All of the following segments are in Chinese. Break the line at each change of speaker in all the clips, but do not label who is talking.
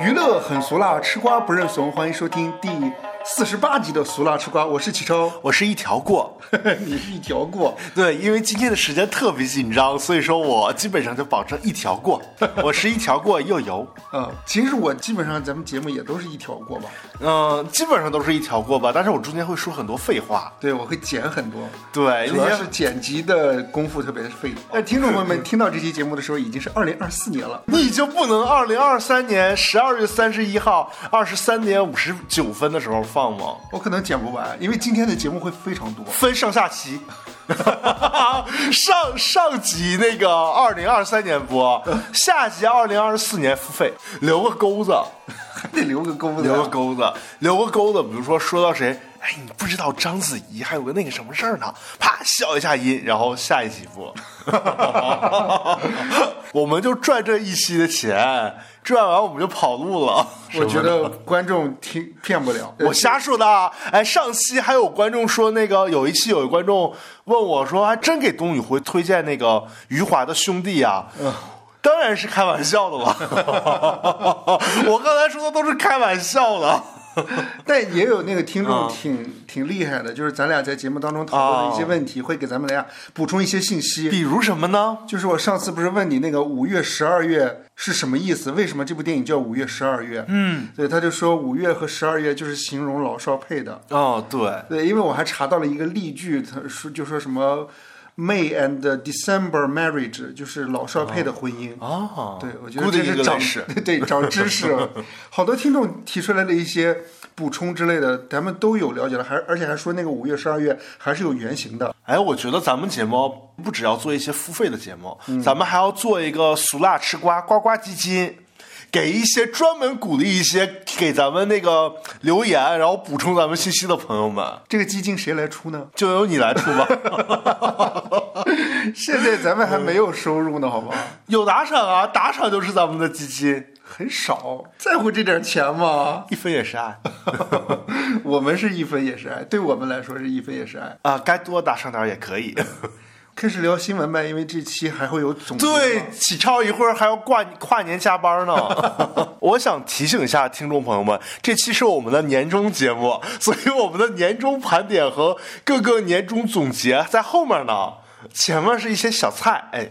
娱乐很俗辣，吃瓜不认怂。欢迎收听第四十八集的《俗辣吃瓜》，我是启超，
我是一条过，
你是一条过。
对，因为今天的时间特别紧张，所以说我基本上就保证一条 过。我是一条过又油，
嗯，其实我基本上咱们节目也都是一条过吧，
嗯、基本上都是一条过吧，但是我中间会说很多废话。
对我会剪很多，
对，
主
那
要
些
是剪辑的功夫特别费。但听众朋友 们听到这期节目的时候，已经是二零二四年了。
你就不能二零二三年十二月三十一号二十三点五十九分的时候放吗？
我可能剪不完，因为今天的节目会非常多。
分上下期。 上上集那个二零二三年播，下集二零二四年付费，留个钩子，
还得留个钩子啊，
留个钩子，留个钩子。比如说说到谁，哎，你不知道章子怡还有个那个什么事儿呢？啪笑一下音，然后下一期播。 我们就赚这一期的钱，赚完我们就跑路了。
我觉得观众听骗不了。
我瞎说的啊！哎，上期还有观众说那个，有一期有一观众问我说，还真给董宇辉推荐那个余华的兄弟啊。当然是开玩笑的了， 我刚才说的都是开玩笑的。
但也有那个听众挺、挺厉害的，就是咱俩在节目当中讨论的一些问题，会给咱们俩补充一些信息。
比如什么呢？
就是我上次不是问你那个五月十二月是什么意思？为什么这部电影叫五月十二月？嗯，对，他就说五月和十二月就是形容老少配的。
哦，对，
对，因为我还查到了一个例句，他说就说什么 May and December marriage，就是老少配的婚姻。
哦，
对，我觉得
，Good
这是长
English
对 对长知识 了。好多听众提出来的一些补充之类的，咱们都有了解了，还而且还说那个五月、十二月还是有原型的。
哎，我觉得咱们节目不只要做一些付费的节目，咱们还要做一个俗辣吃瓜呱呱基金，给一些专门鼓励一些给咱们那个留言，然后补充咱们信息的朋友们，
这个基金谁来出呢？
就由你来出吧。
现在咱们还没有收入呢，好吧？
有打赏啊，打赏就是咱们的基金，
很少，在乎这点钱吗？
一分也是爱
我们是一分也是爱，对我们来说是一分也是爱。
啊，该多打赏点也可以。
开始聊新闻吧，因为这期还会有总结嘛
对，启超一会儿还要挂跨年加班 呢。我想提醒一下听众朋友们，这期是我们的年终节目，所以我们的年终盘点和各个年终总结在后面呢，前面是一些小菜。 哎，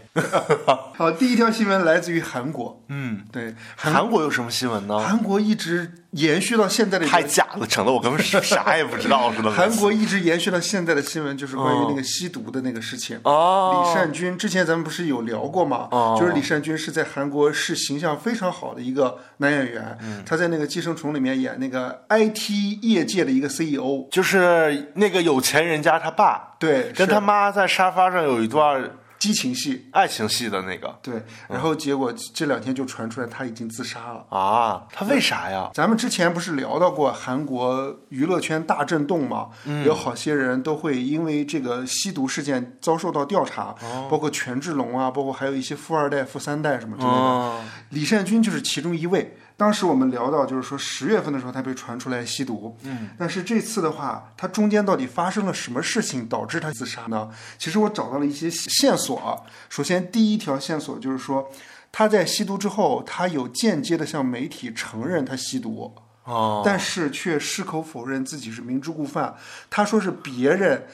好，第一条新闻来自于韩国。嗯，对，韩
韩国有什么新闻呢？
韩国一直延续到现在的一个
太假了，整的我根本是啥也不知道似的。
韩国一直延续到现在的新闻就是关于那个吸毒的那个事情。
哦
李善均之前咱们不是有聊过吗？
哦
就是李善均是在韩国是形象非常好的一个男演员，
嗯
他在那个《寄生虫》里面演那个 IT 业界的一个 E CEO。
就是那个有钱人家他爸
对，
跟
是
他妈在沙发上有一段
激情戏。
爱情戏的那个
对，然后结果这两天就传出来他已经自杀了。
啊，他为啥呀？
咱们之前不是聊到过韩国娱乐圈大震动吗？有好些人都会因为这个吸毒事件遭受到调查，包括权志龙啊，包括还有一些富二代、富三代什么之类的。
嗯。
李善均就是其中一位。当时我们聊到，就是说十月份的时候他被传出来吸毒，嗯，但是这次的话，他中间到底发生了什么事情导致他自杀呢？其实我找到了一些线索。啊首先，第一条线索就是说，他在吸毒之后，他有间接的向媒体承认他吸毒，
哦，
但是却矢口否认自己是明知故犯。他说是别人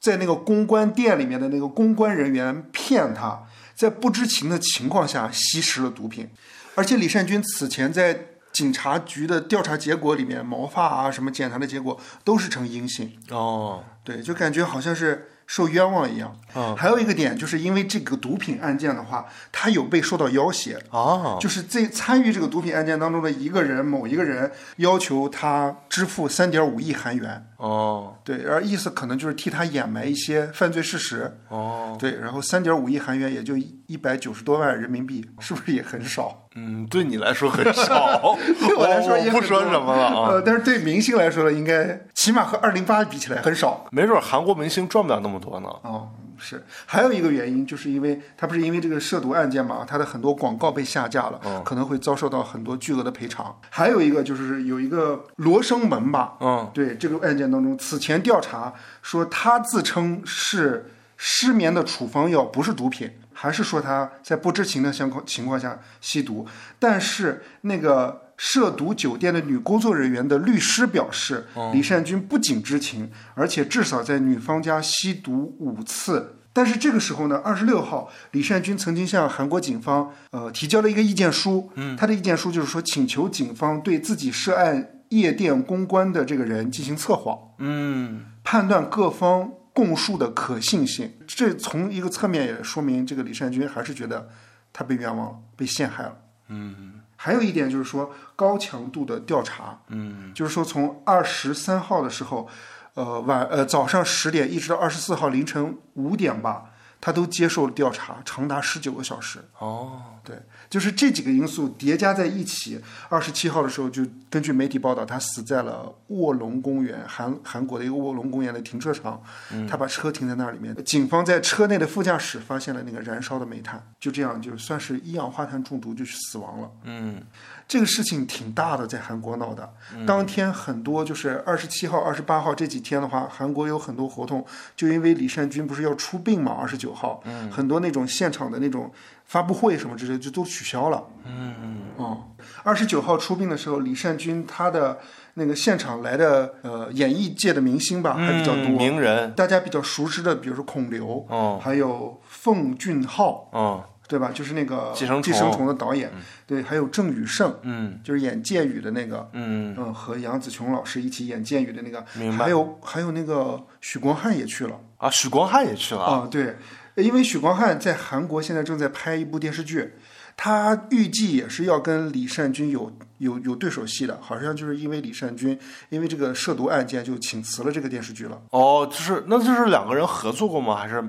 在那个公关店里面的那个公关人员骗他，在不知情的情况下吸食了毒品。而且李善均此前在警察局的调查结果里面，毛发啊什么检查的结果都是呈阴性。
哦，
对，就感觉好像是受冤枉一样。还有一个点，就是因为这个毒品案件的话，他有被受到要挟。
哦，
就是这参与这个毒品案件当中的一个人，某一个人要求他支付三点五亿韩元，
哦，
对，而意思可能就是替他掩埋一些犯罪事实，
哦，
对，然后三点五亿韩元也就一百九十多万人民币，是不是也很少？
嗯，对你来说很少，对
对 我来说也
我
很
哦不说
多
什么了啊。
呃，但是对明星来说呢，应该起码和二零八比起来很少。
没准韩国明星赚不了那么多呢。
哦，是，还有一个原因，就是因为他不是因为这个涉毒案件嘛，他的很多广告被下架了，可能会遭受到很多巨额的赔偿。还有一个就是有一个罗生门吧，
嗯，
对这个案件当中，此前调查说他自称是失眠的处方药，不是毒品，还是说他在不知情的相况情况下吸毒？但是那个涉毒酒店的女工作人员的律师表示，李善均不仅知情，而且至少在女方家吸毒五次。但是这个时候呢，二十六号，李善均曾经向韩国警方呃提交了一个意见书，他的意见书就是说，请求警方对自己涉案夜店公关的这个人进行测谎。
嗯，
判断各方供述的可信性。这从一个侧面也说明，这个李善均还是觉得他被冤枉了，被陷害了。嗯，还有一点就是说高强度的调查。嗯，就是说从二十三号的时候，呃晚呃早上十点一直到二十四号凌晨五点吧，他都接受调查，长达十九个小时。
哦，
对，就是这几个因素叠加在一起，二十七号的时候就根据媒体报道，他死在了卧龙公园，韩韩国的一个卧龙公园的停车场，他把车停在那里面，警方在车内的副驾驶发现了那个燃烧的煤炭，就这样就算是一氧化碳中毒就死亡了。
嗯，
这个事情挺大的，在韩国闹的。当天很多就是二十七号、二十八号这几天的话，韩国有很多活动，就因为李善均不是要出殡嘛，二十九号，很多那种现场的那种发布会什么之类就都取消了。嗯，哦，二十九号出殡的时候，李善均他的那个现场来的呃演艺界的明星吧还比较
嗯
多，
名人，
大家比较熟知的，比如说孔刘，
哦，
还有奉俊昊，
哦，
对吧？就是那个
寄生虫
虫的导演，对，还有郑宇盛。
嗯
就是演剑雨的那个，
嗯，
嗯，和杨紫琼老师一起演剑雨的那个，
明白
还有还有那个许光汉也去了
啊，许光汉也去了啊，
啊、对，因为许光汉在韩国现在正在拍一部电视剧，他预计也是要跟李善均有有有对手戏的，好像就是因为李善均因为这个涉毒案件就请辞了这个电视剧了，
哦，就是那就是两个人合作过吗？还是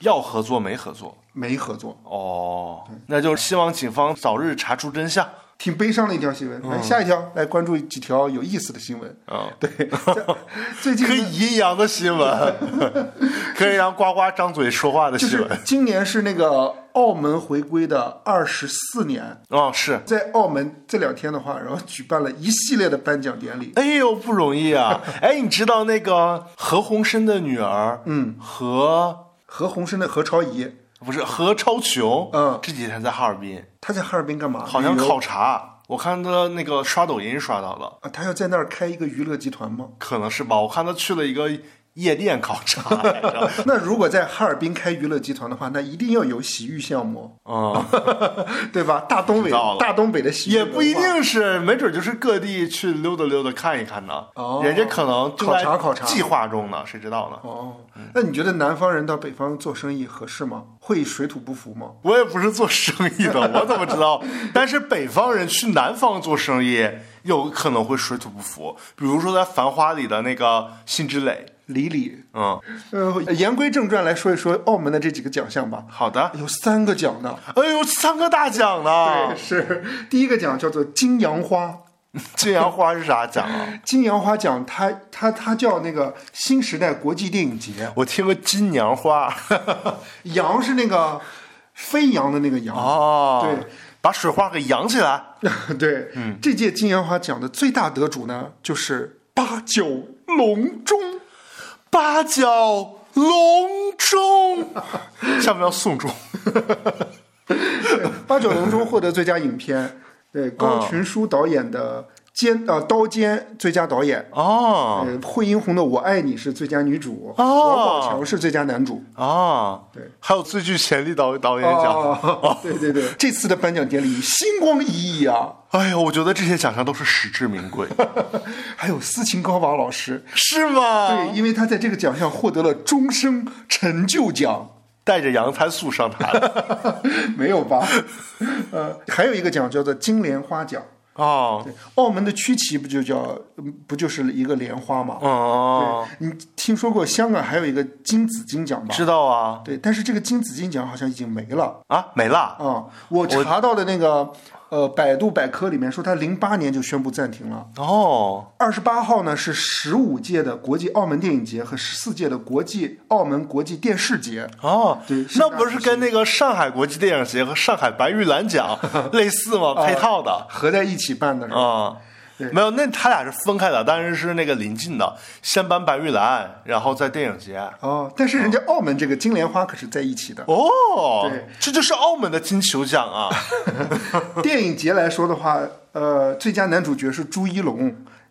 要合作没合作？
没合作，
哦，那就希望警方早日查出真相。
挺悲伤的一条新闻。来下一条，来关注几条有意思的 新闻。
嗯，
对，在最近呢
可以阴阳的新闻， 可以让呱呱张嘴说话的
就
新
是
闻。
今年是那个澳门回归的二十四年，
哦，是，
在澳门这两天的话，然后举办了一系列的颁奖典礼。
哎呦不容易 啊！哎，你知道那个何鸿燊的女儿，嗯，何
何鸿燊的何超仪，
不是何超琼，
嗯
这几天在哈尔滨，
他在哈尔滨干嘛？
好像
旅游
考察，我看他那个刷抖音刷到了。
啊，他要在那儿开一个娱乐集团吗？
可能是吧。我看他去了一个夜店考察 来着，
那如果在哈尔滨开娱乐集团的话，那一定要有洗浴项目，
嗯，
对吧？大东北
知道，了
大东北的洗浴
也不一
文化
定是，没准就是各地去溜达溜达看一看呢。
哦
人家可能就在
考察考察
计划中呢，谁知道呢？
哦。那你觉得南方人到北方做生意合适吗？会水土不服吗？
我也不是做生意 的，我怎么知道？但是北方人去南方做生意，有可能会水土不服。比如说在《繁花》里的那个辛芷蕾，
李李，
嗯，
呃，言归正传，来说一说澳门的这几个奖项吧。
好的。
有三个奖呢，
哎呦，三个大奖呢
对，！是第一个奖叫做金杨花，
金阳花是啥奖啊？
金杨花奖它它它叫那个新时代国际电影节，
我听个金娘花。
羊是那个飞扬的那个羊，
哦，
对，
把水花给扬起来。
对，这届金杨花奖的最大得主呢就是八九龙钟，
八角 笼中，下面要送终。
对八九龙钟获得最佳影 片，对高群书导演的尖呃刀尖最佳导演。
哦
呃，惠英红的《我爱你》是最佳女主，
哦
王宝强是最佳男主。
哦，
对，
还有最具潜力导导演奖。
哦， 对对对，这次的颁奖典礼星光熠熠啊，
哎呦，我觉得这些奖项都是实至名归，
还有斯琴高娃老师，
是吗？
对，因为他在这个奖项获得了终生成就奖，
带着洋参素上台的
没有吧？呃，还有一个奖叫做金莲花奖，
哦
澳门的曲奇不就叫嗯不就是一个莲花吗？
哦，
你听说过香港还有一个金紫金奖吧？
知道啊
对，但是这个金紫金奖好像已经没了。
啊，没了。
啊、我查到的那个呃百度百科里面说，它零八年就宣布暂停了。
哦，
二十八号呢是十五届的国际澳门电影节和十四届的国际澳门国际电视节。
哦
对，是
那
大
不是
事
跟那个上海国际 电影节和上海白玉兰奖类似吗？配套的
合在一起办的是吧？
啊，没有，那他俩是分开的，但是是那个临近的，先搬白玉兰，然后在电影节。
哦，但是人家澳门这个金莲花可是在一起的。
哦
对，
这就是澳门的金球奖 啊！
电影节来说的话，呃，最佳男主角是朱一龙，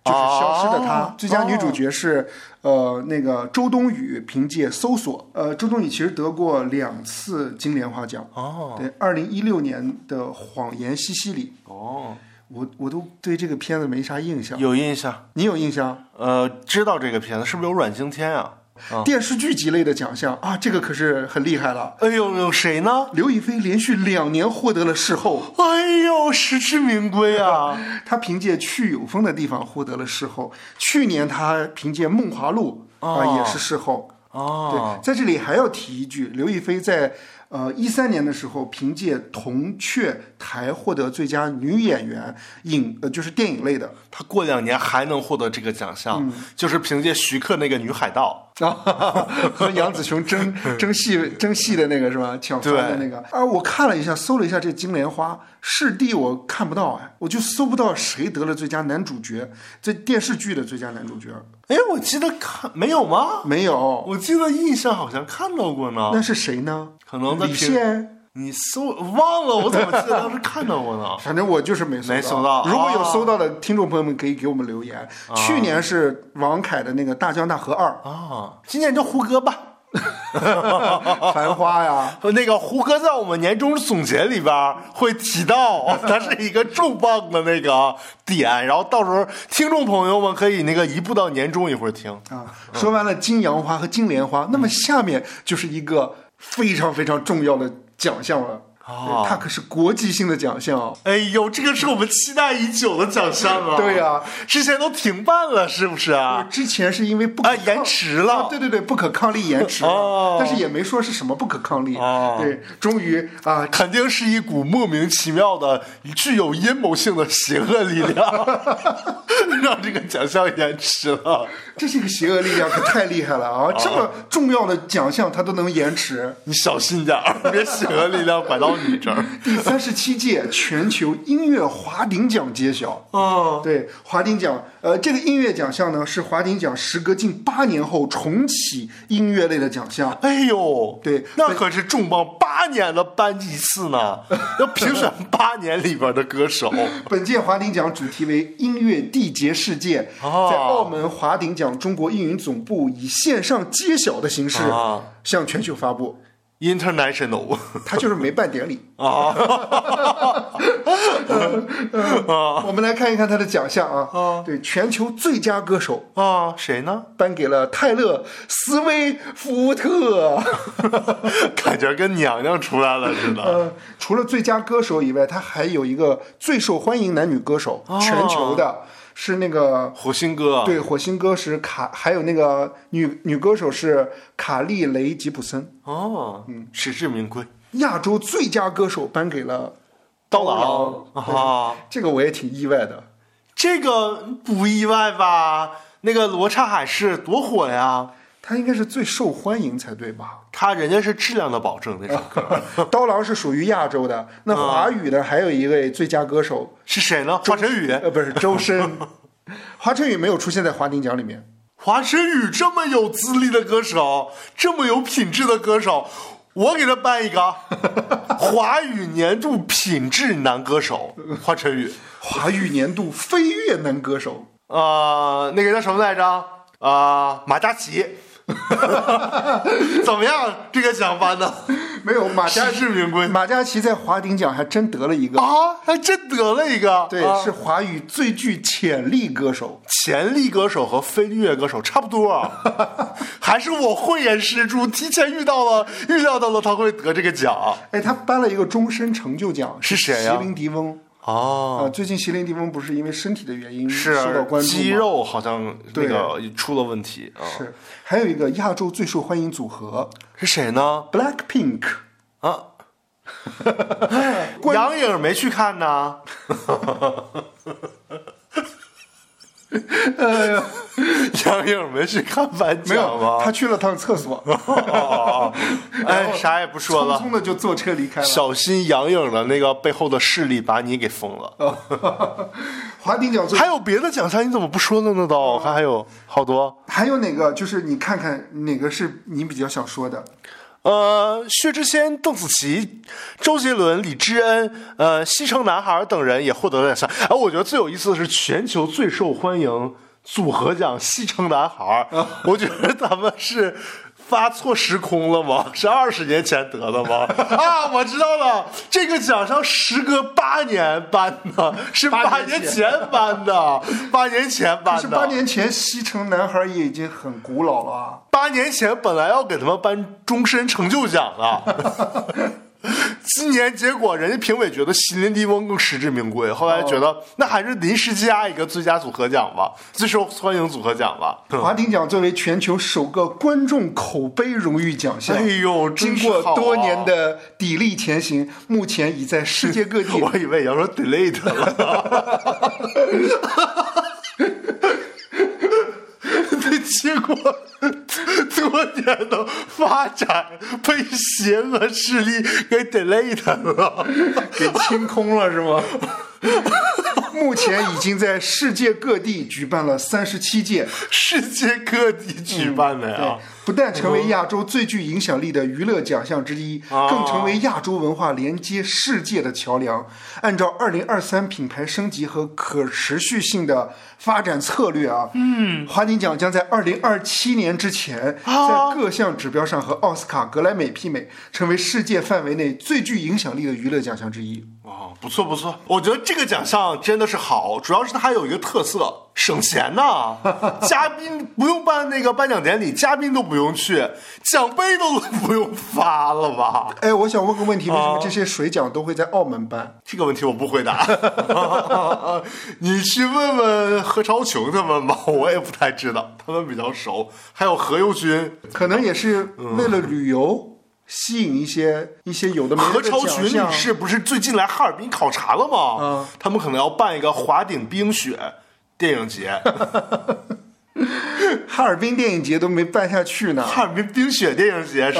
就是《消失的他》
哦
最佳女主角是呃那个周冬雨，凭借《搜索》。呃，周冬雨其实得过两次金莲花奖。
哦
对，二零一六年的《谎言西西里》，
哦，
我我都对这个片子没啥印象。
有印象，
你有印象？
呃，知道这个片子是不是有阮经天啊？
电视剧级类的奖项啊，这个可是很厉害了。
哎呦，有谁呢？
刘亦菲连续两年获得了视后，
哎呦，实至名归啊！
她凭借《去有风的地方》获得了视后。去年她凭借《梦华录》
哦
啊也是视后。
哦，
对，在这里还要提一句，刘亦菲在呃一三年的时候，凭借《铜雀台》获得最佳女演员影呃就是电影类 的
他过两年还能获得这个奖项，就是凭借徐克那个《女海盗
啊，和杨紫琼 争争戏争戏的那个是吧？抢翻的那个啊，我看了一下，搜了一下这金莲花视帝，我看不到哎，我就搜不到谁得了最佳男主角，这电视剧的最佳男主角》。
哎，我记得看没有吗？
没有，
我记得印象好像看到过呢。
那是谁呢？
可能在
李
评
现，
你搜忘了，我怎么记得当时看到过 呢？
反正我就是没搜
没搜到啊
如果有
哦
搜到的听众朋友们，可以给我们留言。去年是王凯的那个《大江大河二
啊，今年就胡歌吧。》
《繁花》呀，啊
呃那个胡歌在我们年终总结里边会提 到，它是一个重磅的那个点，然后到时候听众朋友们可以那个移步到年终一会儿听。
啊，说完了金杨花和金莲
嗯
花，那么下面就是一个非常非常重要的奖项了。
哦
对它可是国际性的奖项哦。
哎呦，这个是我们期待已久的奖项啊！
对呀、
之前都停办了，是不是啊？
之前是因为不可
啊，延迟了。
啊对对对，不可抗力延迟了，
哦
但是也没说是什么不可抗力。
哦
对，终于啊，
肯定是一股莫名其妙的、具有阴谋性的邪恶力量， 让这个奖项延迟了。
这是一个邪恶力量，可太厉害了啊！这么重要的奖项，它都能延迟。
你小心点儿， 别邪恶力量拐到你这儿。
第三十七届全球音乐华鼎奖揭晓。
哦，
对，华鼎奖，呃，这个音乐奖项呢是华鼎奖时隔近八年后重启音乐类的奖项。
哎呦，
对
那可是重磅八年了颁一次呢，要评选八年里边的歌 手。
本届华鼎奖主题为“音乐缔结世界”，
哦
在澳门华鼎奖中国运营总部以线上揭晓的形式
啊
向全球发布。
International
他就是没办典礼。
哦啊，
嗯我们来看一看他的奖项啊，对，全球最佳歌手
啊，谁呢？
颁给了泰勒·斯威夫特。
感觉跟娘娘出来了似的。
呃，除了最佳歌手以外，他还有一个最受欢迎男女歌手，
哦
全球的是那个
火星哥，
对火星歌是卡，还有那个女女歌手是卡莉·雷吉普森。
哦，嗯，实至名归。
亚洲最佳歌手颁给了
刀郎啊，
这个，我也挺意外的。
这个不意外吧？那个罗刹海市多火呀！
他应该是最受欢迎才对吧？
他人家是质量的保证，那首歌
刀郎是属于亚洲的，那
啊
华语呢？还有一位最佳歌手，
是谁呢？华晨宇。
呃，不是周 深，华晨宇没有出现在华鼎奖里面。
华晨宇这么有资历的歌手，这么有品质的歌手，我给他颁一个华语年度品质男歌手华晨宇。
华语年度飞跃男歌手，
呃，那个叫什么来着？啊、马嘉祺。 怎么样？这个奖颁的
没有马嘉
实至名 归
马嘉祺在华鼎奖还真得了一个，
啊！还真得了一个，
对，
啊
是华语最具潜力歌手。
潜力歌手和非音乐歌手差不多 啊，还是我慧眼识珠，提前遇到了，预料到了他会得这个奖
哎，他颁了一个终身成就奖，
是谁呀
席琳迪翁啊、
哦，
最近席琳迪翁不是因为身体的原因
是
受到关注吗
肌肉好像那
对
个出了问题啊，
是，还有一个亚洲最受欢迎组合
是谁呢？
Black Pink。
啊， 杨颖没去 看呢，上映没去看颁
哎没
奖
有，
吗？
他去了趟厕所，
哦，
然
哎，
后
啥也不说
匆
了，
匆的就坐车离开了。
小心杨颖的那个背后的势力把你给封了。
哦华鼎奖最
还有别的奖项你怎么不说了呢？都我
嗯
看还有好多，
还有哪个？就是你看看哪个是你比较想说的？
呃，薛之谦、邓紫棋、周杰伦、李知恩、呃，西城男孩等人也获得了奖项。哎、我觉得最有意思的是全球最受欢迎组合奖西城男孩，我觉得咱们是。发错时空了吗？是二十年前得的吗？啊，我知道了，这个奖项时隔八年颁的，是八
八
年
年
前颁的，八年前颁的。
是八年前《西城男孩》也已经很古老了啊。
八年前本来要给他们颁终身成就奖 的，今年结果人家评委觉得席琳迪翁更实至名归，后来觉得那还是临时加一个最佳组合奖吧，最受欢迎组合奖吧。
华鼎奖作为全球首个观众口碑荣誉奖项，
哎呦，
经
真是啊
过
好啊
多年，的砥砺前行，目前已在世界各地
我以为要说 delete 了。 那经过多年的发展，被邪恶势力给 delete 了。
给清空了，是 吗？目前已经在世界各地举办了三十七届，
世界各地举办的呀
对。不但成为亚洲最具影响力的娱乐奖项之一，
啊
更成为亚洲文化连接世界的桥梁。按照二零二三品牌升级和可持续性的发展策略啊，嗯，华鼎奖将在二零二七年之前，
啊
在各项指标上和奥斯卡、格莱美媲美，成为世界范围内最具影响力的娱乐奖项之一。
哦，不错不错，我觉得这个奖项真的是好，主要是它还有一个特色，省钱呐、嘉宾不用办那个颁奖典礼，嘉宾都不用去，奖杯都不用发了吧？
哎，我想问个问题，为什
啊
么这些水奖都会在澳门办？
这个问题我不回答， 你去问问何超琼他们吧，我也不太知道，他们比较熟。还有何猷君，
可能也是为了旅游吸引一些一些有的没
何
的
超
奖
群
项
女士不是最近来哈尔滨考察了吗？
嗯
他们可能要办一个华鼎冰雪电影 节，
哈尔滨电影节都没办下去呢。
哈尔滨冰雪电影节是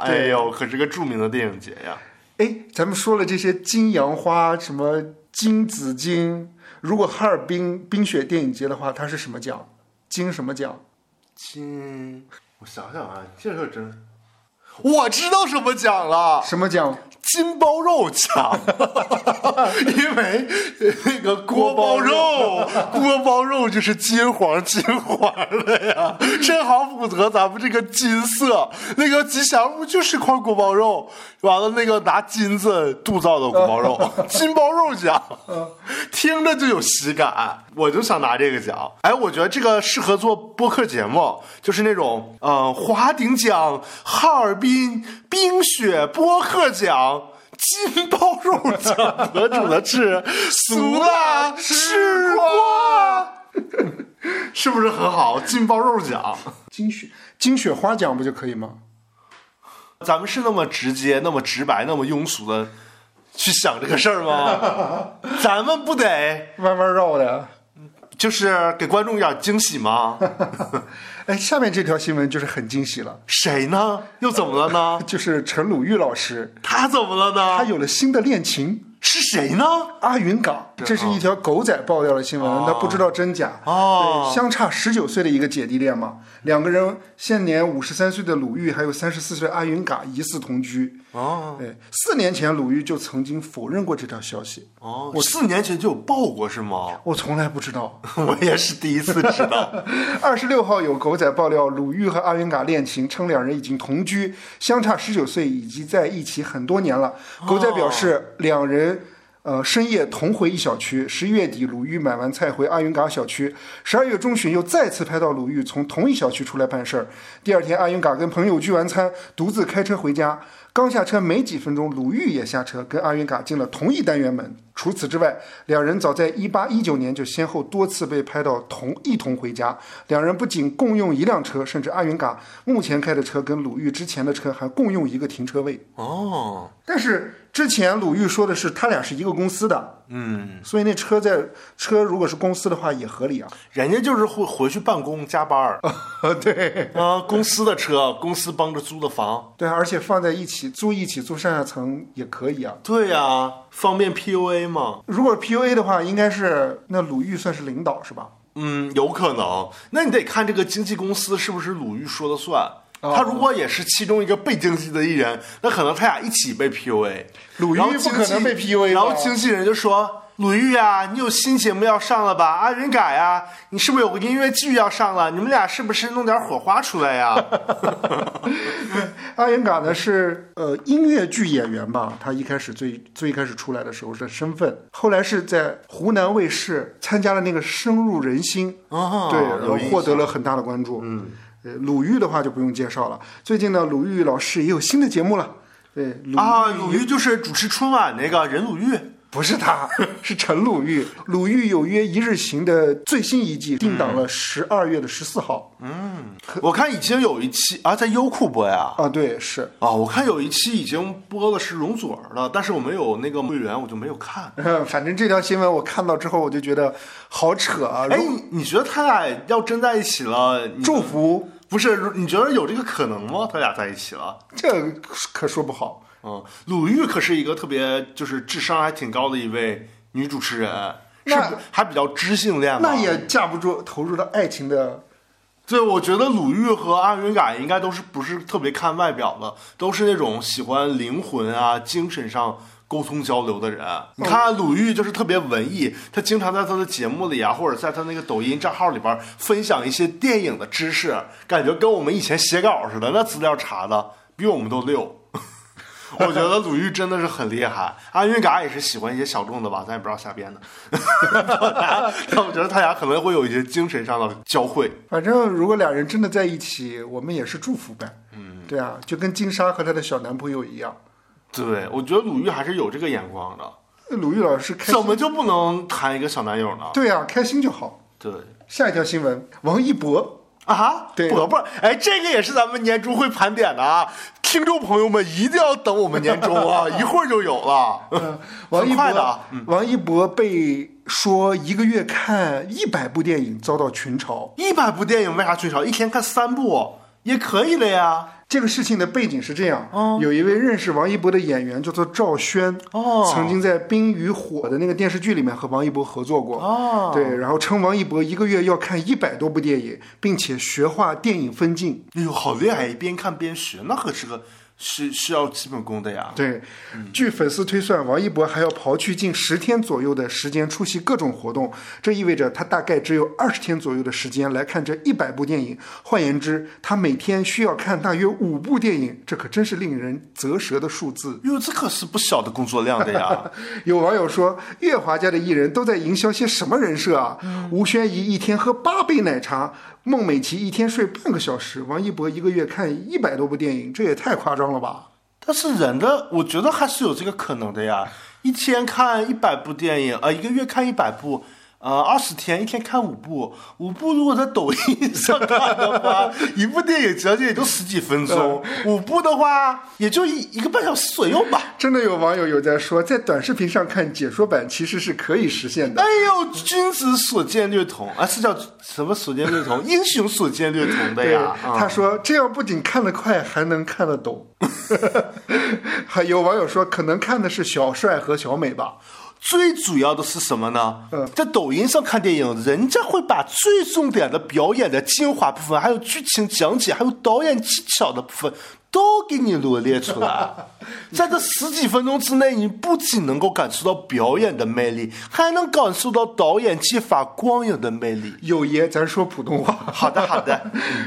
嗯
哎
对
呦，可是个著名的电影节呀。
哎，咱们说了这些金杨花，什么金紫荆，如果哈尔滨冰雪电影节的话，它是什么奖？金什么奖？
金，我想想啊，这个真，我知道什么奖了，
什么奖？
金包肉奖， 因为那个锅包肉，锅包肉就是金黄金黄的呀，正好符合咱们这个金色。那个吉祥物就是块锅包肉，完了那个拿金子铸造的锅包肉，金包肉奖，听着就有喜感，我就想拿这个奖。哎，我觉得这个适合做播客节目，就是那种呃，华鼎奖、哈尔滨冰雪播客奖。金包肉奖得主的是俗的吃瓜， 是不是很好？金包肉奖，
金雪金雪花奖不就可以吗？
咱们是那么直接、那么直白、那么庸俗的去想这个事儿吗？咱们不得
弯弯绕 的。
就是给观众一点惊喜吗？
哎，下面这条新闻就是很惊喜了，
谁呢？又怎么了呢？
就是陈鲁豫老师，
他怎么了
他
呢？
有了新的恋情。
是谁呢？
阿云港，这是一条狗仔爆料的新闻，他不知道真假。
哦
对，相差十九岁的一个姐弟恋嘛，两个人现年五十三岁的鲁豫还有三十四岁的阿云嘎疑似同居。
哦
对，四年前鲁豫就曾经否认过这条消息，
哦，我四年前就有报过 是吗？
我从来不知道。
我也是第一次知道。
二十六号有狗仔爆料，鲁豫和阿云嘎恋情，称两人已经同居，相差十九岁，以及在一起很多年了。狗仔表示，两人。呃，深夜同回一小区。十一月底，鲁豫买完菜回阿云嘎小区。十二月中旬，又再次拍到鲁豫从同一小区出来办事儿。第二天，阿云嘎跟朋友聚完餐，独自开车回家。刚下车没几分钟，鲁豫也下车，跟阿云嘎进了同一单元门。除此之外，两人早在一八一九年就先后多次被拍到同一同回家。两人不仅共用一辆车，甚至阿云嘎目前开的车跟鲁豫之前的车还共用一个停车位。
哦，
但是之前鲁豫说的是他俩是一个公司的，
嗯，
所以那车在车如果是公司的话也合理啊。
人家就是会回去办公加班儿啊、
对
公司的车，公司帮着租的房，
对啊，而且放在一起租一起租上下层也可以啊。
对呀、方便 PUA 嘛，
如果 PUA 的话，应该是那鲁豫算是领导是吧？
嗯，有可能。那你得看这个经纪公司是不是鲁豫说了算。
哦
他如果也是其中一个被经纪的艺人，那可能他俩一起被 PUA。
鲁豫
然后
不
经
可
纪
能被 PUA 吧
然后经纪人就说：“鲁豫啊，你有新节目要上了吧？啊，人改啊，你是不是有个音乐剧要上了？你们俩是不是弄点火花出来呀、
阿云嘎呢是呃音乐剧演员吧？他一开始最最一开始出来的时候是身份，后来是在湖南卫视参加了那个《深入人心》
哦
对，
有
然后
印
获得了很大的关注。嗯，呃，鲁豫的话就不用介绍了。最近呢，鲁豫老师也有新的节目了。对，鲁、
啊，鲁豫就是主持春晚那个任 鲁豫。
不是他，是陈鲁豫。鲁豫有约一日行的最新一季定
嗯
档了十二月的十四号。
我看已经有一期啊，在优酷播呀。
啊，对，是。
啊，我看有一期已经播的是容祖儿了，但是我没有那个会员，我就没有看。
反正这条新闻我看到之后，我就觉得好扯啊！
哎，你你觉得他俩要真在一起了，你
祝福
不是？如你觉得有这个可能吗？他俩在一起了？
这可说不好。
嗯，鲁豫可是一个特别就是智商还挺高的一位女主持人，是
那
不还比较知性恋嘛。
那也架不住投入到爱情的，
对，我觉得鲁豫和阿云嘎应该都是不是特别看外表的，都是那种喜欢灵魂啊、精神上沟通交流的人。你看鲁豫就是特别文艺，他经常在他的节目里啊，或者在他那个抖音账号里边分享一些电影的知识，感觉跟我们以前写稿似的，那资料查的比我们都溜。 我觉得鲁豫真的是很厉害，阿云嘎也是喜欢一些小众的吧，咱也不知道瞎编的。 但我觉得他俩可能会有一些精神上的交汇。
反正如果俩人真的在一起，我们也是祝福呗。嗯，对啊，就跟金莎和她的小男朋友一样。
对，我觉得鲁豫还是有这个眼光的，
那鲁豫老师开
怎
心，
么就不能谈一个小男友呢？
对啊，开心就好。
对
下一条新闻，王一博，
啊，
对
伯伯，哎，这个也是咱们年终会盘点的啊，听众朋友们一定要等我们年终 啊，一会儿就有了。
嗯，王一
很快的
博
啊，
王一博被说一个月看一百部电影遭到群嘲。
一百部电影为啥最少？一天看三部也可以了呀。
这个事情的背景是这样，有一位认识王一博的演员叫做赵轩，
哦
曾经在《冰与火》的那个电视剧里面和王一博合作过，
哦
对，然后称王一博一个月要看一百多部电影，并且学化电影分镜，
哎呦，好厉害，边看边学，那可是个是是要基本功的呀。
对，
嗯
据粉丝推算，王一博还要刨去近十天左右的时间出席各种活动，这意味着他大概只有二十天左右的时间来看这一百部电影。换言之，他每天需要看大约五部电影，这可真是令人啧舌的数字。
哟，哎这可是不小的工作量的呀。
有网友说，月华家的艺人都在营销些什么人设啊？吴宣仪一天喝八杯奶茶，孟美岐一天睡半个小时，王一博一个月看一百多部电影，这也太夸张了吧？
但是人的，我觉得还是有这个可能的呀。一天看一百部电影，呃，一个月看一百部，呃，二十天一天看五部，五部如果在抖音上看的话，一部电影将近也就十几分钟，五部的话也就一一个半小时左右吧。
真的有网友有在说，在短视频上看解说版其实是可以实现的
哎。呦，君子所见略同啊，是叫什么所见略同？英雄所见略同的
对，
呀。啊
他说这样不仅看得快，还能看得懂。 还有网友说，可能看的是小帅和小美吧。
最主要的是什么呢？在抖音上看电影，人家会把最重点的表演的精华部分，还有剧情讲解，还有导演技巧的部分，都给你罗列出来。在这十几分钟之内，你不仅能够感受到表演的魅力，还能感受到导演技法光影的魅力。
有爷，咱说普通话。
好的，好的。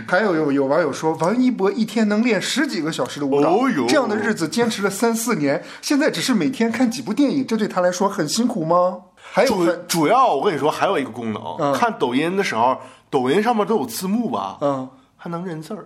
还有有有网友说，王一博一天能练十几个小时的舞蹈，
哦哟
这样的日子坚持了三四年，现在只是每天看几部电影，这对他来说很辛苦吗？还有
主
粉
主要我跟你说，还有一个功能，看抖音的时候，抖音上面都有字幕吧？
嗯，
还能认字儿。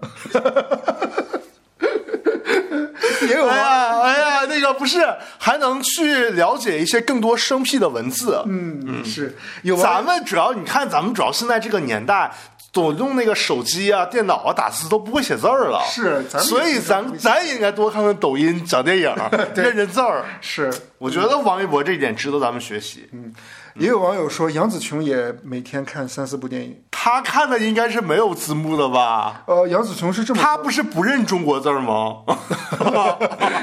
也有
哎
啊，
呀，哎呀，那个不是，还能去了解一些更多生僻的文字。
嗯，是有啊，
咱们主要你看，咱们主要现在这个年代，总用那个手机啊、电脑啊打字都不会写字儿了。
是咱们
所以咱咱也应该多看看抖音、讲电影、 认认字儿。
是
我觉得王一博这一点值得咱们学习。
嗯也有网友说杨紫琼也每天看三四部电影。
他看的应该是没有字幕的吧？
呃，杨紫琼是这么
他不是不认中国字 儿吗？
说，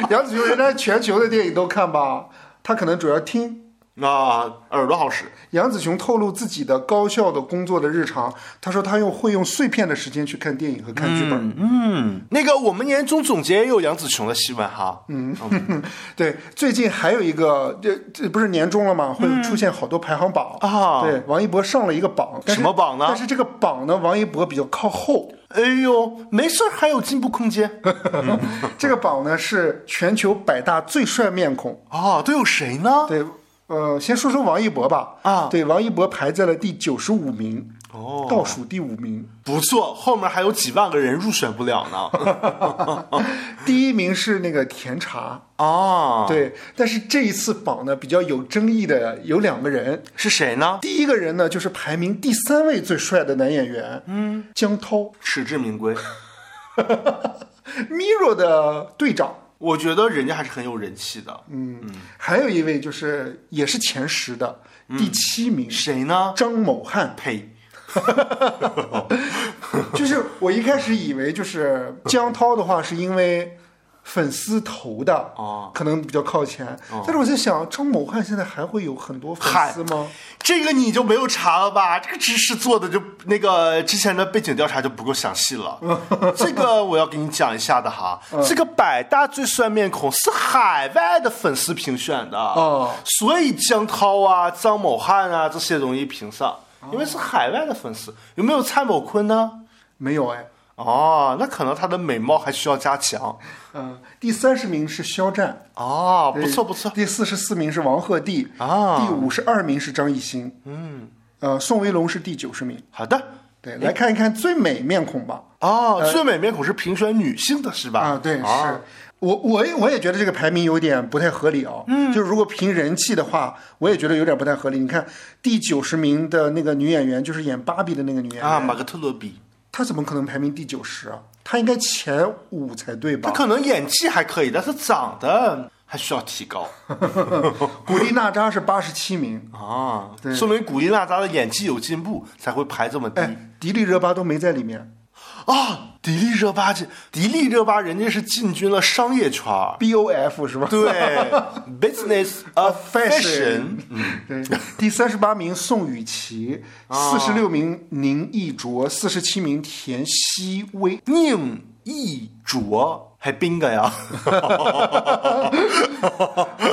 杨紫琼人家全球的电影都看吧，她可能主要听。
啊，耳朵好使。
杨紫琼透露自己的高效的工作的日常，她说她用会用碎片的时间去看电影和看剧本。
嗯，那个我们年终总结也有杨紫琼的新闻哈。嗯，
对，最近还有一个，这这不是年终了吗？会出现好多排行榜
啊
对，王一博上了一个榜，但是
什么榜呢
但是这个榜呢，王一博比较靠后。
哎呦，没事儿，还有进步 空间嗯
这个榜呢是全球百大最帅面孔。
啊！都有谁呢？
对，呃，先说说王一博吧。
啊
对，王一博排在了第九十五名，
哦，
倒数第五名。
不错，后面还有几万个人入选不了 呢。
第一名是那个甜茶，
啊，，
对。但是这一次榜呢比较有争议的有两个人，
是谁呢？
第一个人呢就是排名第三位最帅的男演员，嗯，江涛
实至名归。
，Miro 的队长。
我觉得人家还是很有人气的。
嗯，还有一位就是也是前十的、第七名，
谁呢？
张某汉。
呸！
就是我一开始以为就是江涛的话是因为粉丝投的
哦
可能比较靠前。但是我在想，张某汉现在还会有很多粉丝吗？
这个你就没有查了吧？这个知识做的就那个之前的背景调查就不够详 细了。这个我要给你讲一下的哈。
嗯
这个百大最帅面孔是海外的粉丝评选的，
哦
所以江涛啊、张某汉啊这些容易评上，
哦
因为是海外的粉丝。有没有蔡某坤呢？
没有哎。
哦，那可能他的美貌还需要加强。
嗯、第三十名是肖战，
哦，不错
对
不错。
第四十四名是王鹤棣
啊
第五十二名是张艺兴。嗯，呃，宋威龙是第九十名。
好的。
对，来看一看最美面孔吧。
哦，最美面孔是评选女性的是吧？
呃啊，对，
哦
是。我我也我也觉得这个排名有点不太合理哦，嗯，就是如果凭人气的话，我也觉得有点不太合理。你看第九十名的那个女演员，就是演芭比的那个女演员，
啊，马格特罗比。
她怎么可能排名第九十啊？她应该前五才对
他
吧？
可能演技还可以，但是长得还需要提高
古力娜扎是八十七名，
啊。说明古力娜扎的演技有进步，才会排这么低、
哎，迪丽热巴都没在里面
啊。迪丽热巴这，迪丽热巴人家是进军了商业圈 儿，
，B O F 是吧？
对，business of fashion，
对，第三十八名宋雨琦，四十六名宁艺卓，四十七名田曦薇，
宁艺卓还冰个呀，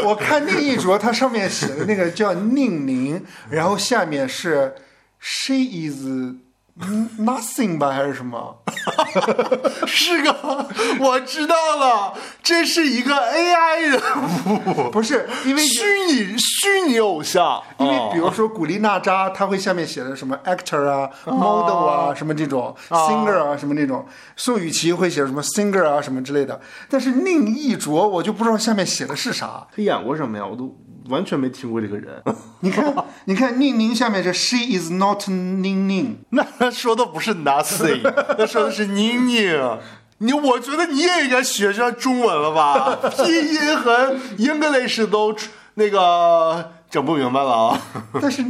我看宁一卓，它上面写的那个叫宁宁，然后下面是 she is nothing 吧，还是什么？
是个，我知道了，这是一个 AI 人物，
不是，因为
虚拟虚拟偶像，
因为
哦
比如说古力娜扎，她会下面写的什么 actor 啊、model
哦
啊、什么这种 singer 啊、什么这种，宋雨琦会写什么 singer 啊、什么之类的，但是宁一卓我就不知道下面写的是啥。
他演过什么呀？我都完全没听过这个人。
你 看，你看宁宁下面是 she is not 宁宁。
那他说的不是 nothing，他说的是宁宁。你我觉得你也应该学学中文了吧？ 拼音和 English 都出那个整不明白了 啊！
但是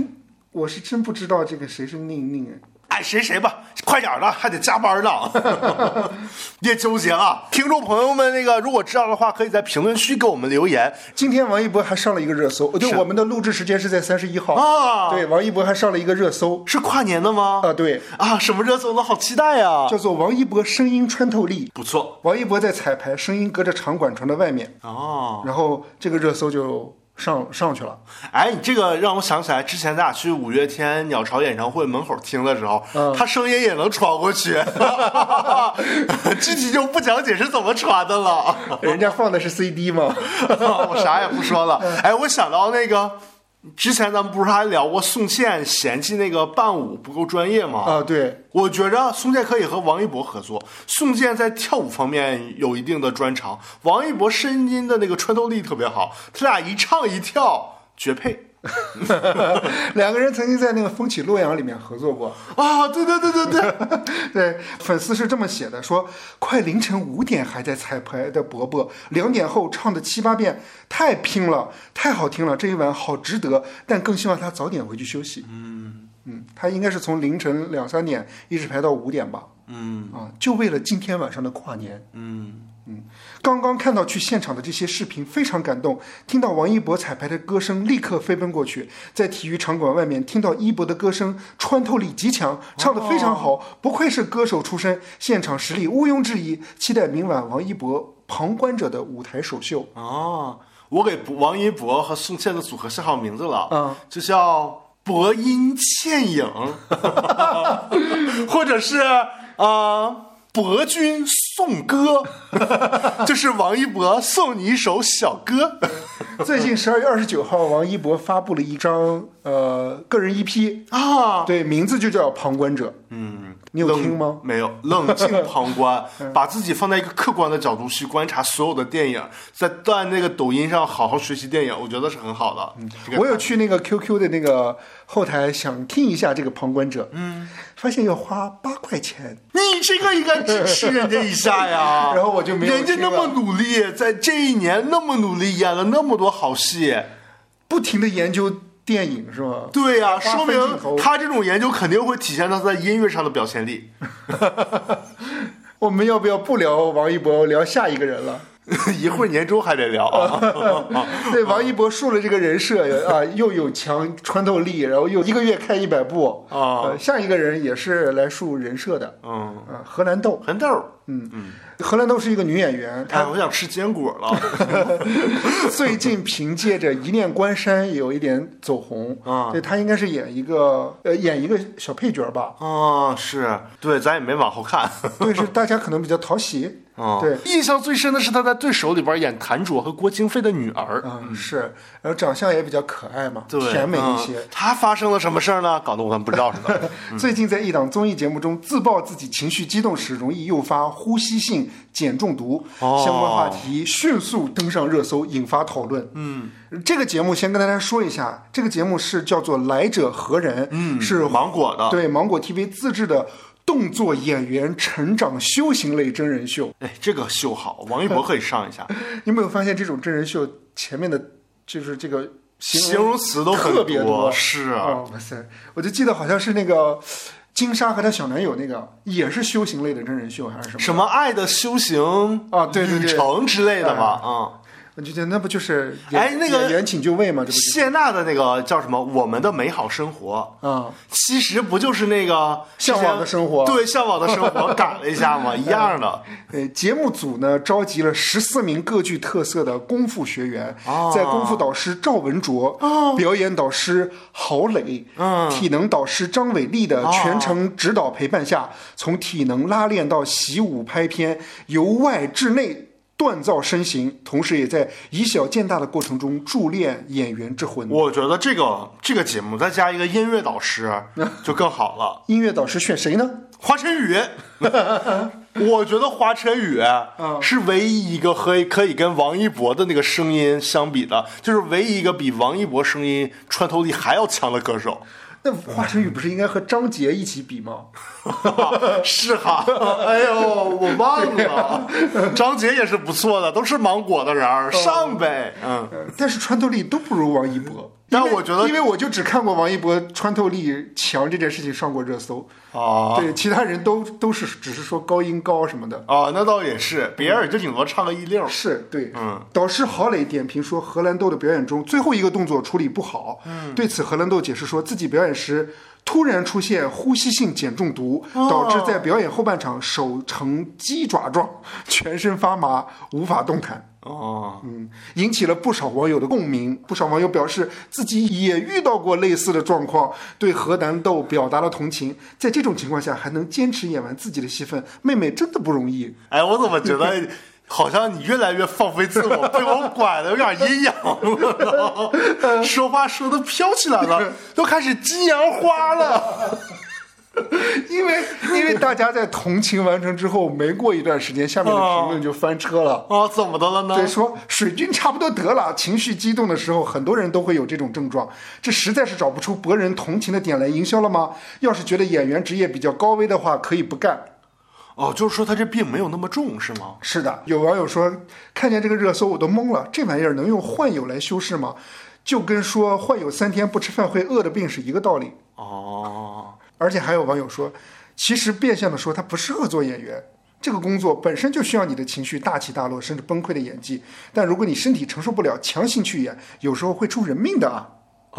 我是真不知道这个谁是宁宁哎。
爱谁谁吧，快点儿的，还得加班呢， 别纠结啊！听众朋友们，那个如果知道的话，可以在评论区给我们留言
今天王一博还上了一个热搜，哦对，我们的录制时间是在三十一号
啊
对，王一博还上了一个热搜
是跨年的吗？
啊，对，
啊，什么热搜呢？好期待呀、啊！
叫做王一博声音穿透力。
不错
王一博在彩排，声音隔着场馆传到外面，
哦。
然后这个热搜就上上去了。
哎，你这个让我想起来，之前咱俩去五月天鸟巢演唱会门口听的时候，他声音也能传过去， 具体就不讲解是怎么传的了，
人家放的是 CD 嘛，
我啥也不说了。哎，我想到那个。之前咱们不是还聊过宋茜嫌弃那个伴舞不够专业吗？
啊，对，
我觉着宋茜可以和王一博合作。宋茜在跳舞方面有一定的专长，王一博声音的那个穿透力特别好，他俩一唱一跳绝配。
两个人曾经在那个《风起洛阳》里面合作过。
啊，对对对对对，
对，粉丝是这么写的：说快凌晨五点还在彩排的伯伯，两点后唱的七八遍，太拼了，太好听了，这一晚好值得。但更希望他早点回去休息。嗯嗯，他应该是从凌晨两三点一直排到五点吧。
嗯
啊，就为了今天晚上的跨年。
嗯，
刚刚看到去现场的这些视频，非常感动。听到王一博彩排的歌声，立刻飞奔过去。在体育场馆外面听到一博的歌声，穿透力极
哦
强，唱得非常好，不愧是歌手出身，现场实力毋庸置疑。期待明晚王一博旁观者的舞台首秀。
哦，我给王一博和宋茜的组合想好名字了，
嗯，
就叫博音 倩影，或者是啊、呃博君 颂歌，就是王一博送你一首小歌。
最近十二月二十九号，王一博发布了一张呃个人 EP，
啊，
对，名字就叫《旁观者》。
嗯，
你有
冷
听吗？嗯
没有，冷静 旁观，把自己放在一个客观的角度去观察所有的电影，在在那个抖音上好好学习电影，我觉得是很好的。这个
我有去那个 QQ 的那个后台想听一下这个旁观者，嗯，发现要花八块钱，
你这个应该支持人家一下呀。
然后我就没有
人家
听
那么
了
努力，在这一年那么努力，演了那么多好戏。
不停的研究电影是吗？
对呀、
花
说
分
明
镜头
他这种研究肯定会体现到他在音乐上的表现力。
我们要不要不聊王一博，聊下一个人 了？
一会儿年终还得 聊啊。
对，王一博树了这个人设啊，又有强穿透力，然后又一个月开一百步
啊
呃下一个人也是来树人设的，
嗯，
啊，荷兰豆，
很豆。
荷兰豆是一个女演员，她
哎，我想吃坚果了。
最近凭借着《一念关山》有一点走红
啊
对她应该是演一个呃演一个小配角吧，
啊，是对，咱也没往后看。
对，是大家可能比较讨喜。
啊，
对，
印象最深的是他在《对手》里边演谭卓和郭京飞的女儿，
嗯，是，然后长相也比较可爱嘛，
对，
甜美一
嗯
些。。
他发生了什么事儿呢？搞得我们不知道似 的。
最近在一档综艺节目中自曝自己情绪激动时容易诱发呼吸性碱中毒，
哦
相关话题迅速登上热搜，引发讨论。嗯，这个节目先跟大家说一下，这个节目是叫做《来者何人》，嗯，是
芒果的，
对芒果 TV 自制的动作演员成长修行类真人秀。
哎，这个秀好，王一 博可以上一下，
你有没有发现这种真人秀前面的，就是这个
形容词都很
特别多
是啊，
哦，哇塞！我就记得好像是那个金莎和她小男友那个，也是修行类的真人秀还是什么？
什么爱的修行
嗯啊对对对哎
旅程之类的嘛，嗯。
我就觉得那不就是演
哎那个
演员请就位吗？这不就
谢娜的那个叫什么？我们的美好生活，
啊？
其实不就是那个
向往的生活
对，向往的生活改了一下 嘛，一样的。
呃，节目组呢召集了十四名各具特色的功夫学员，
啊
在功夫导师赵文卓、表演导师郝磊、
嗯啊
体能导师张伟丽的全程指导陪伴下，从体能拉练到习武拍片，由外至内。锻造身形，同时也在以小见大的过程中铸炼演员之魂。
我觉得这个这个节目再加一个音乐 导师就更好了。
音乐导师选谁呢？
华晨 宇，我觉得华晨宇啊是唯一一个和可以跟王一博的那个声音相比的，就是唯一一个比王一博声音穿透力还要强的歌手，
那华晨宇不是应该和张杰一起比吗？
啊 是哈？哎呦，我忘了，张杰也是不错的，都是芒果的人儿，上呗，嗯。
但是穿透力都不如王一博。
但
因为
我觉得
因为我就只看过王一博穿透力强这件事情上过热搜，
哦
对，其他人都都是只是说高音高什么的。
哦，那倒也是，别人就顶多唱个一溜儿。
是对，
嗯，
导师郝磊点评说，荷兰豆的表演中最后一个动作处理不好。嗯，对此，荷兰豆解释说自己表演时突然出现呼吸性碱中毒，
哦
导致在表演后半场手呈鸡爪状，全身发麻，无法动弹。
哦，
嗯，引起了不少网友的共鸣。不少网友表示自己也遇到过类似的状况，对河南豆表达了同情。在这种情况下，还能坚持演完自己的戏份，妹妹真的不容易。
哎，我怎么觉得好像你越来越放飞自我，被我拐的有点阴阳了，说话说的飘起来了，都开始金阳花了。
因为因为大家在同情完成之后，没过一段时间，下面的评论就翻车了。
哦，怎么的了呢？
对，说水军差不多得了。情绪激动的时候，很多人都会有这种症状。这实在是找不出博人同情的点来营销了吗？要是觉得演员职业比较高危的话，可以不干。
哦，就是说他这病没有那么重是吗？
是的，有网友说，看见这个热搜我都懵了，这玩意儿能用患有来修饰吗？就跟说患有三天不吃饭会饿的病是一个道理。
哦，
而且还有网友说，其实变相的说，他不适合做演员。这个工作本身就需要你的情绪大起大落，甚至崩溃的演技。但如果你身体承受不了，强行去演，有时候会出人命的啊！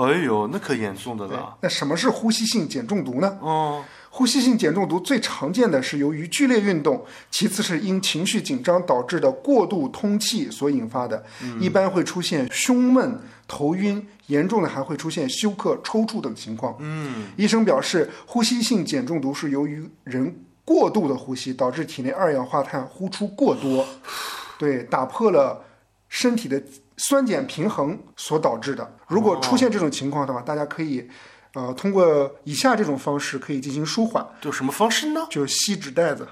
哎呦，那可严重的了。
那什么是呼吸性碱中毒呢？
哦，
呼吸性碱中毒最常见的是由于剧烈运动，其次是因情绪紧张导致的过度通气所引发的，一般会出现胸闷、头晕，严重的还会出现休克、抽搐等情况。
嗯，
医生表示，呼吸性碱中毒是由于人过度的呼吸导致体内二氧化碳呼出过多，对，打破了身体的酸碱平衡所导致的。如果出现这种情况的话，大家可以。呃，通过以下这种方式可以进行舒缓，
就什么方式呢？
就是吸纸袋子，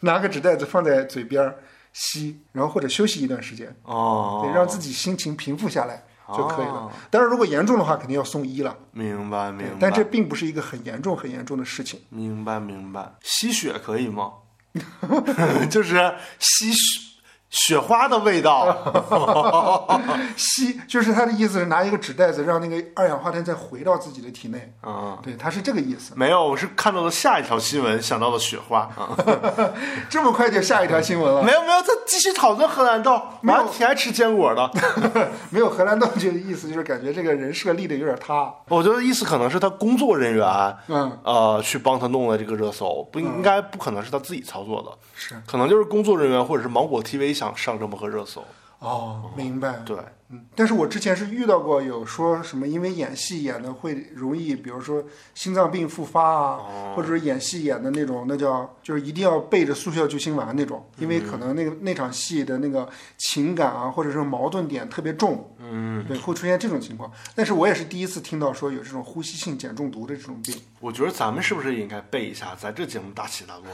拿个纸袋子放在嘴边儿吸，然后或者休息一段时间，
哦
对，，让自己心情平复下来就可以了。当然，如果严重的话，肯定要送医了。
明白
对
明，白
但这并不是一个很严重、很严重的事情。
明白明白。吸血可以吗？ 就是吸雪雪花的 味道。
吸就是他的意思是拿一个纸袋子，让那个二氧化碳再回到自己的体内。
嗯，
对，他是这个意思。
没有，我是看到了下一条新闻，想到了雪花。
啊这么快就下一条新闻了，
没有没有，再继续讨论荷兰豆。
没有
我还挺爱吃坚果的。
没有荷兰豆就意思就是感觉这个人设立的有点塌。
我觉得意思可能是他工作人员，
嗯，
呃，去帮他弄了这个热搜，不应该不可能是他自己操作的，
是
可能就是工作人员或者是芒果 TV 想上这么个热搜。
哦，明白。
对，
嗯，但是我之前是遇到过有说什么，因为演戏演的会容易，比如说心脏病复发啊，或者说演戏演的那种，那叫就是一定要背着速效救心啊丸那种，因为可能那个那场戏的那个情感啊，或者是矛盾点特别重，嗯，对，会出现这种情况。但是我也是第一次听到说有这种呼吸性碱中毒的这种病，
我觉得咱们是不是也应该背一下，咱这节目大起大落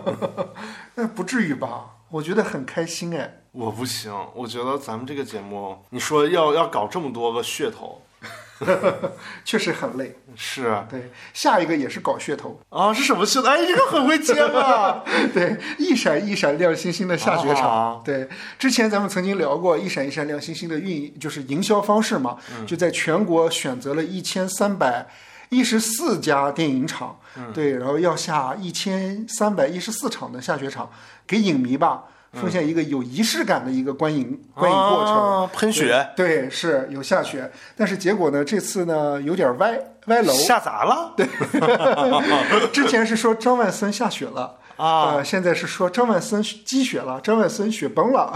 的？
那不至于吧？我觉得很开心哎，
我不行，我觉得咱们这个节目，你说要要搞这么多个噱头，
确实很累。
是
对，下一个也是搞噱头，
啊，是什么噱头？哎，这个很会接 啊！
对，一闪一闪亮星星的下雪场。
啊
对，之前咱们曾经聊过一闪一闪亮星星的运，就是营销方式嘛，
嗯
就在全国选择了一千三百。一十四家电影厂，
嗯
对，然后要下一千三百一十四场的下雪场，给影迷吧奉献一个有仪式感的一个观影、观影过程。
嗯啊喷血
对，是有下雪，但是结果呢，这次呢有点歪歪楼，
下砸了，对
之前是说张万森下雪了。
啊
呃现在是说张万森积雪了， 张万森雪崩了。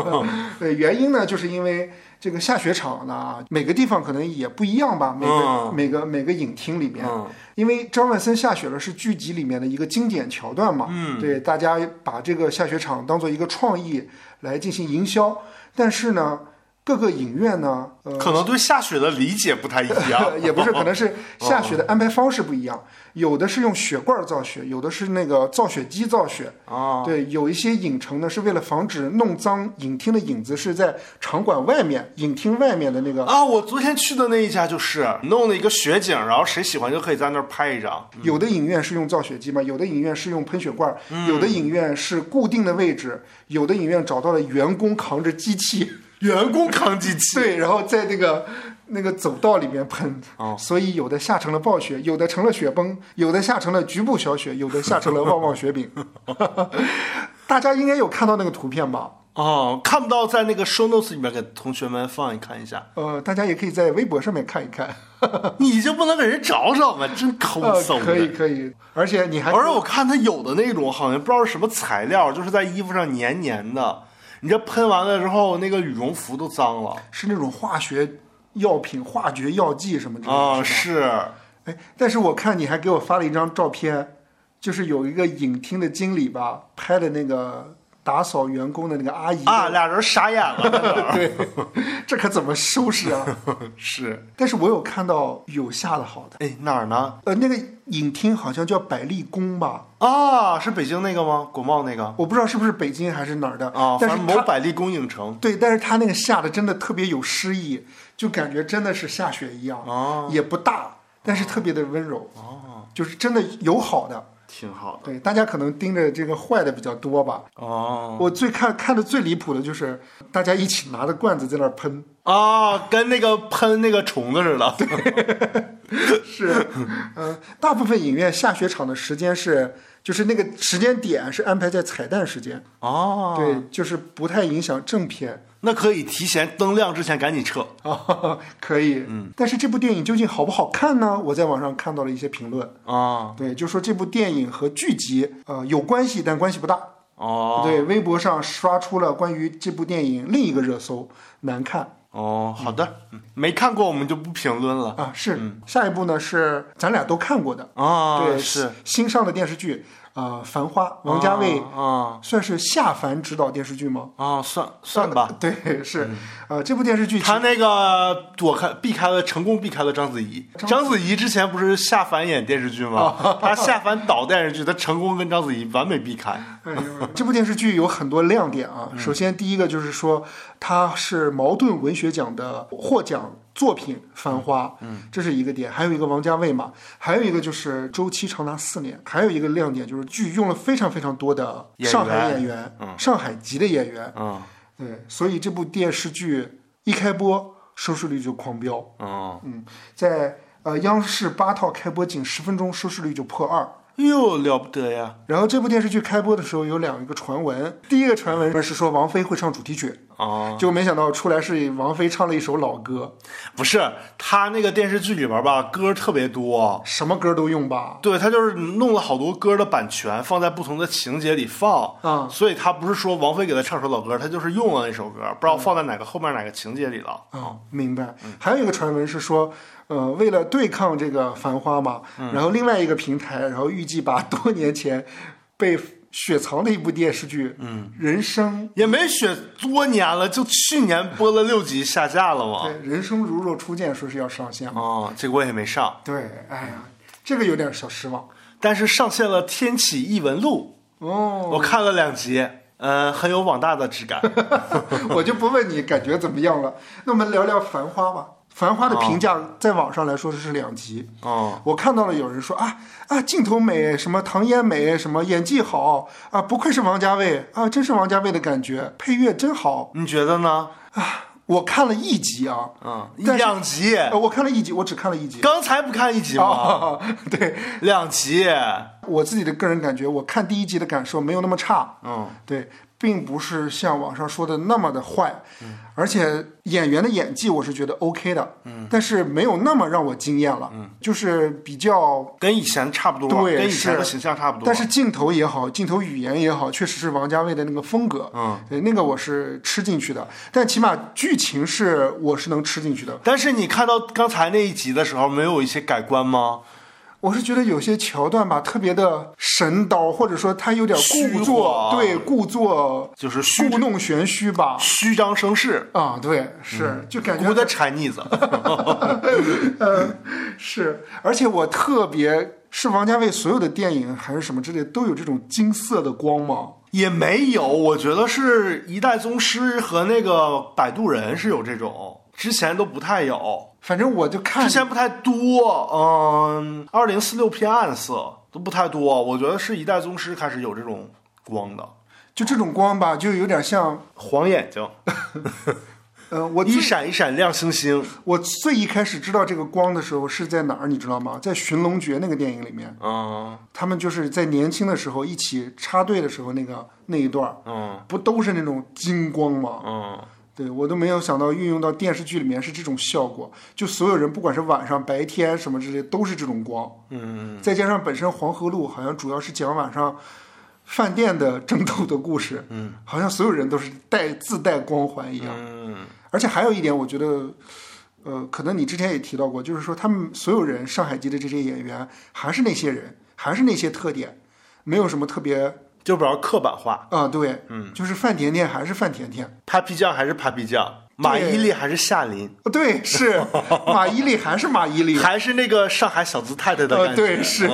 对，原因呢，就是因为这个下雪场呢，每个地方可能也不一样吧，每个、
嗯
每个每个影厅里面，
嗯
因为张万森下雪了是剧集里面的一个经典桥段嘛，嗯，对，大家把这个下雪场当做一个创意来进行营销，但是呢，各个影院呢，呃，
可能对下雪的理解不太一样，
也不是，可哦能是下雪的安排方式不一样，有的是用雪罐造雪，有的是那个造雪机造雪。
啊。
对，有一些影城呢是为了防止弄脏影厅的影子，是在场馆外面、影厅外面的那个。
啊，我昨天去的那一家就是弄了一个雪景，然后谁喜欢就可以在那儿拍一张。
有的影院是用造雪机嘛，有的影院是用喷雪罐，有的影院是固定的位置，有的影院找到了员工扛着机器，
员工扛机器，
对，然后在那个那个走道里面喷，
哦
所以有的下成了暴雪，有的成了雪崩，有的下成了局部小雪，有的下成了旺旺雪饼。 大家应该有看到那个图片吧？
哦，看不到，在那个 show notes 里面给同学们放一看 一下。
呃，大家也可以在微博上面看一看，
你就不能给人找找吗？真抠
呃，
搜的。
可以可以，而且你还
而且我看他有的那种好像不知道是什么材料，就是在衣服上黏黏的。你这喷完了之后，那个羽绒服都脏了
是那种化学药品、化学药剂什么之类的
啊！
是吧
是
哎，但是我看你还给我发了一张照片，就是有一个影厅的经理吧拍的那个打扫员工的那个阿姨
啊，俩人傻眼了 在那儿，
对， 这可怎么收拾 啊？
是，
但是我有看到有下的好的，
哎，哪儿呢？
呃，那个影厅好像叫百丽宫吧，
啊，是北京那个吗？国贸那个
我不知道是不是北京还是哪儿的
啊，
但
反
是
正
它
某百丽宫影城
对，但是它那个下的真的特别有诗意，就感觉真的是下雪一样，
啊，
也不大，但是特别的温柔，
哦，
就是真的有好的。
挺好的
对，大家可能盯着这个坏的比较多吧。
哦
我最看看的最离谱的就是大家一起拿着罐子在那儿喷，
啊，跟那个喷那个虫子似的，
是，嗯、大部分影院下雪场的时间是，就是那个时间点是安排在彩蛋时间，
哦，
对，就是不太影响正片
那可以提前灯亮之前赶紧撤。
啊， 可以，嗯。但是这部电影究竟好不好看呢？我在网上看到了一些评论，
啊
对，就说这部电影和剧集呃有关系，但关系不大。
哦
对，微博上刷出了关于这部电影另一个热搜，难看
哦，好的，嗯没看过我们就不评论了
啊。是，
嗯
下一部呢是咱俩都看过的，
啊。
对，
是
新上的电视剧啊，呃繁花》，王家卫
啊
算是下凡执导电视剧吗？
啊，算算吧。 嗯
对，是，呃，这部电视剧其
他那个我看避开了，成功避开了章子怡。章子怡之前不是下凡演电视剧 吗？她下凡导电视剧，她成功跟章子怡完美避开。
哎呦这部电视剧有很多亮点啊。
嗯
首先，第一个就是说，它是茅盾文学奖的获奖作品《繁花》，嗯，这是一个点。还有一个王家卫嘛，还有一个就是周期长达四年。还有一个亮点就是剧用了非常非常多的
演员
上海演员，上海籍的演员，
嗯
对，所以这部电视剧一开播收视率就狂飙，
嗯，
嗯，在呃央视八套开播仅十分钟，收视率就破二。
哟，哎了不得呀！
然后这部电视剧开播的时候有两个传闻，第一个传闻是说王菲会唱主题曲，
啊，
结果没想到出来是王菲唱了一首老歌，
不是他那个电视剧里边吧，歌特别多。
什么歌都用吧。
对他就是弄了好多歌的版权放在不同的情节里放，
嗯
所以他不是说王菲给他唱首老歌，他就是用了那首歌，不知道放在哪个后面哪个情节里了。
啊、明白。还有一个传闻是说，呃，为了对抗这个《繁花》嘛，然后另外一个平台，然后预计把多年前被雪藏的一部电视剧，嗯，人生，
也没雪多年了，就去年播了六集下架了嘛。
对，人生如若初见，说是要上线嘛，
哦，这个我也没上，
对，哎呀，这个有点小失望。
但是上线了《天启异闻录》，
哦，
我看了两集，嗯、很有网大的质感。
我就不问你感觉怎么样了。那我们聊聊《繁花》吧。《繁花》的评价在网上来说是两极。
哦，
我看到了有人说啊啊，镜头美，什么唐嫣美，什么演技好啊，不愧是王家卫啊，真是王家卫的感觉，配乐真好。
你觉得呢？
我看了一集啊，
嗯，
但是
两集，
呃我看了一集，我只看了一集。
刚才不看一集吗？
啊， 对
两集，
我自己的个人感觉，我看第一集的感受没有那么差，
嗯，
对，并不是像网上说的那么的坏，而且演员的演技我是觉得 OK 的，嗯，但是没有那么让我惊艳了，嗯，就是比较，
跟以前差不多，
对
跟以前的
是
形象差不多。
但是镜头也好，镜头语言也好，确实是王家卫的那个风格，
嗯，
对，那个我是吃进去的，但起码剧情是我是能吃进去的，
但是你看到刚才那一集的时候，没有一些改观吗？
我是觉得有些桥段吧，特别的神叨，或者说他有点故
虚
作
晃，
对，故作
就是虚
故弄玄虚吧。
虚张声势
啊，对，
嗯
是，就感觉
，Good Chinese。
呃，是，而且我特别是王家卫所有的电影还是什么之类，都有这种金色的光芒。
也没有，我觉得是一代宗师和那个摆渡人是有这种，之前都不太有，
反正我就看
之前不太多。嗯，二零四六偏暗色都不太多，我觉得是一代宗师开始有这种光的，
就这种光吧，就有点像，
黄眼睛，
呃，我
一
最
闪一闪亮星星。
我最一开始知道这个光的时候是在哪儿，你知道吗？在《寻龙诀》那个电影里面，
嗯
他们就是在年轻的时候一起插队的时候，那个那一段儿
嗯
不都是那种金光吗？
嗯，
对我都没有想到运用到电视剧里面是这种效果，就所有人不管是晚上、白天什么之类，都是这种光。嗯，再加上本身黄河路好像主要是讲晚上饭店的争斗的故事，嗯，好像所有人都是带自带光环一样。
嗯，
而且还有一点，我觉得，呃，可能你之前也提到过，就是说他们所有人上海籍的这些演员还是那些人，还是那些特点，没有什么特别
就比较刻板化。
啊，对，嗯，就是范甜甜还是范甜甜，
Papi 酱还是 Papi 酱，马伊琍还是夏琳，
哦对，是马伊琍还是马伊琍，
还是那个上海小资太太的
呃，
感觉。
对，是。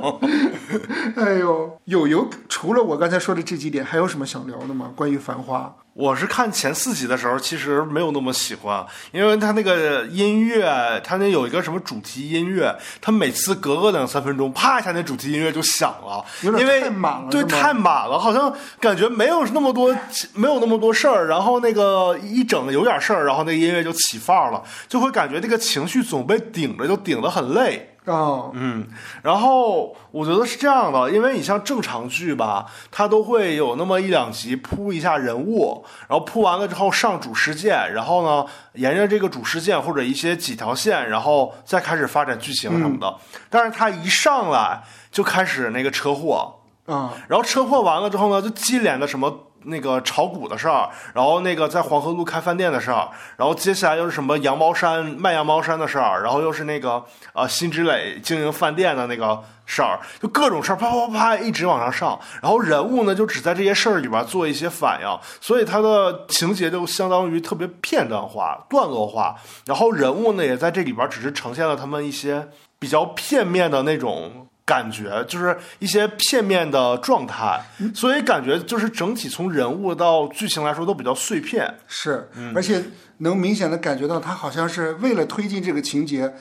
哎呦，友友，除了我刚才说的这几点，还有什么想聊的吗？关于《繁花
我是看前四集的时候，其实没有那么喜欢，因为他那个音乐，他那有一个什么主题音乐，他每次隔个两三分钟，啪一下那主题音乐就响了，
有点
因为
太满了
对，
是吗
太满了，好像感觉没有那么多，没有那么多事儿，然后那个一整有点事儿，然后那音乐就起范儿了，就会感觉这个情绪总被顶着，就顶得很累。》
哦，
嗯，然后我觉得是这样的，因为你像正常剧吧，它都会有那么一两集铺一下人物，然后铺完了之后上主事件，然后呢，沿着这个主事件或者一些几条线，然后再开始发展剧情什么的。但是它一上来就开始那个车祸，
啊、
然后车祸完了之后呢，就接连的什么那个炒股的事儿，然后那个在黄河路开饭店的事儿，然后接下来又是什么羊毛衫卖羊毛衫的事儿，然后又是那个呃辛芷蕾经营饭店的那个事儿，就各种事儿啪啪啪啪一直往上上，然后人物呢就只在这些事儿里边做一些反应，所以它的情节就相当于特别片段化、段落化，然后人物呢也在这里边只是呈现了他们一些比较片面的那种感觉，就是一些片面的状态，所以感觉就是整体从人物到剧情来说都比较碎片。
是，
嗯
而且能明显的感觉到他好像是为了推进这个情节，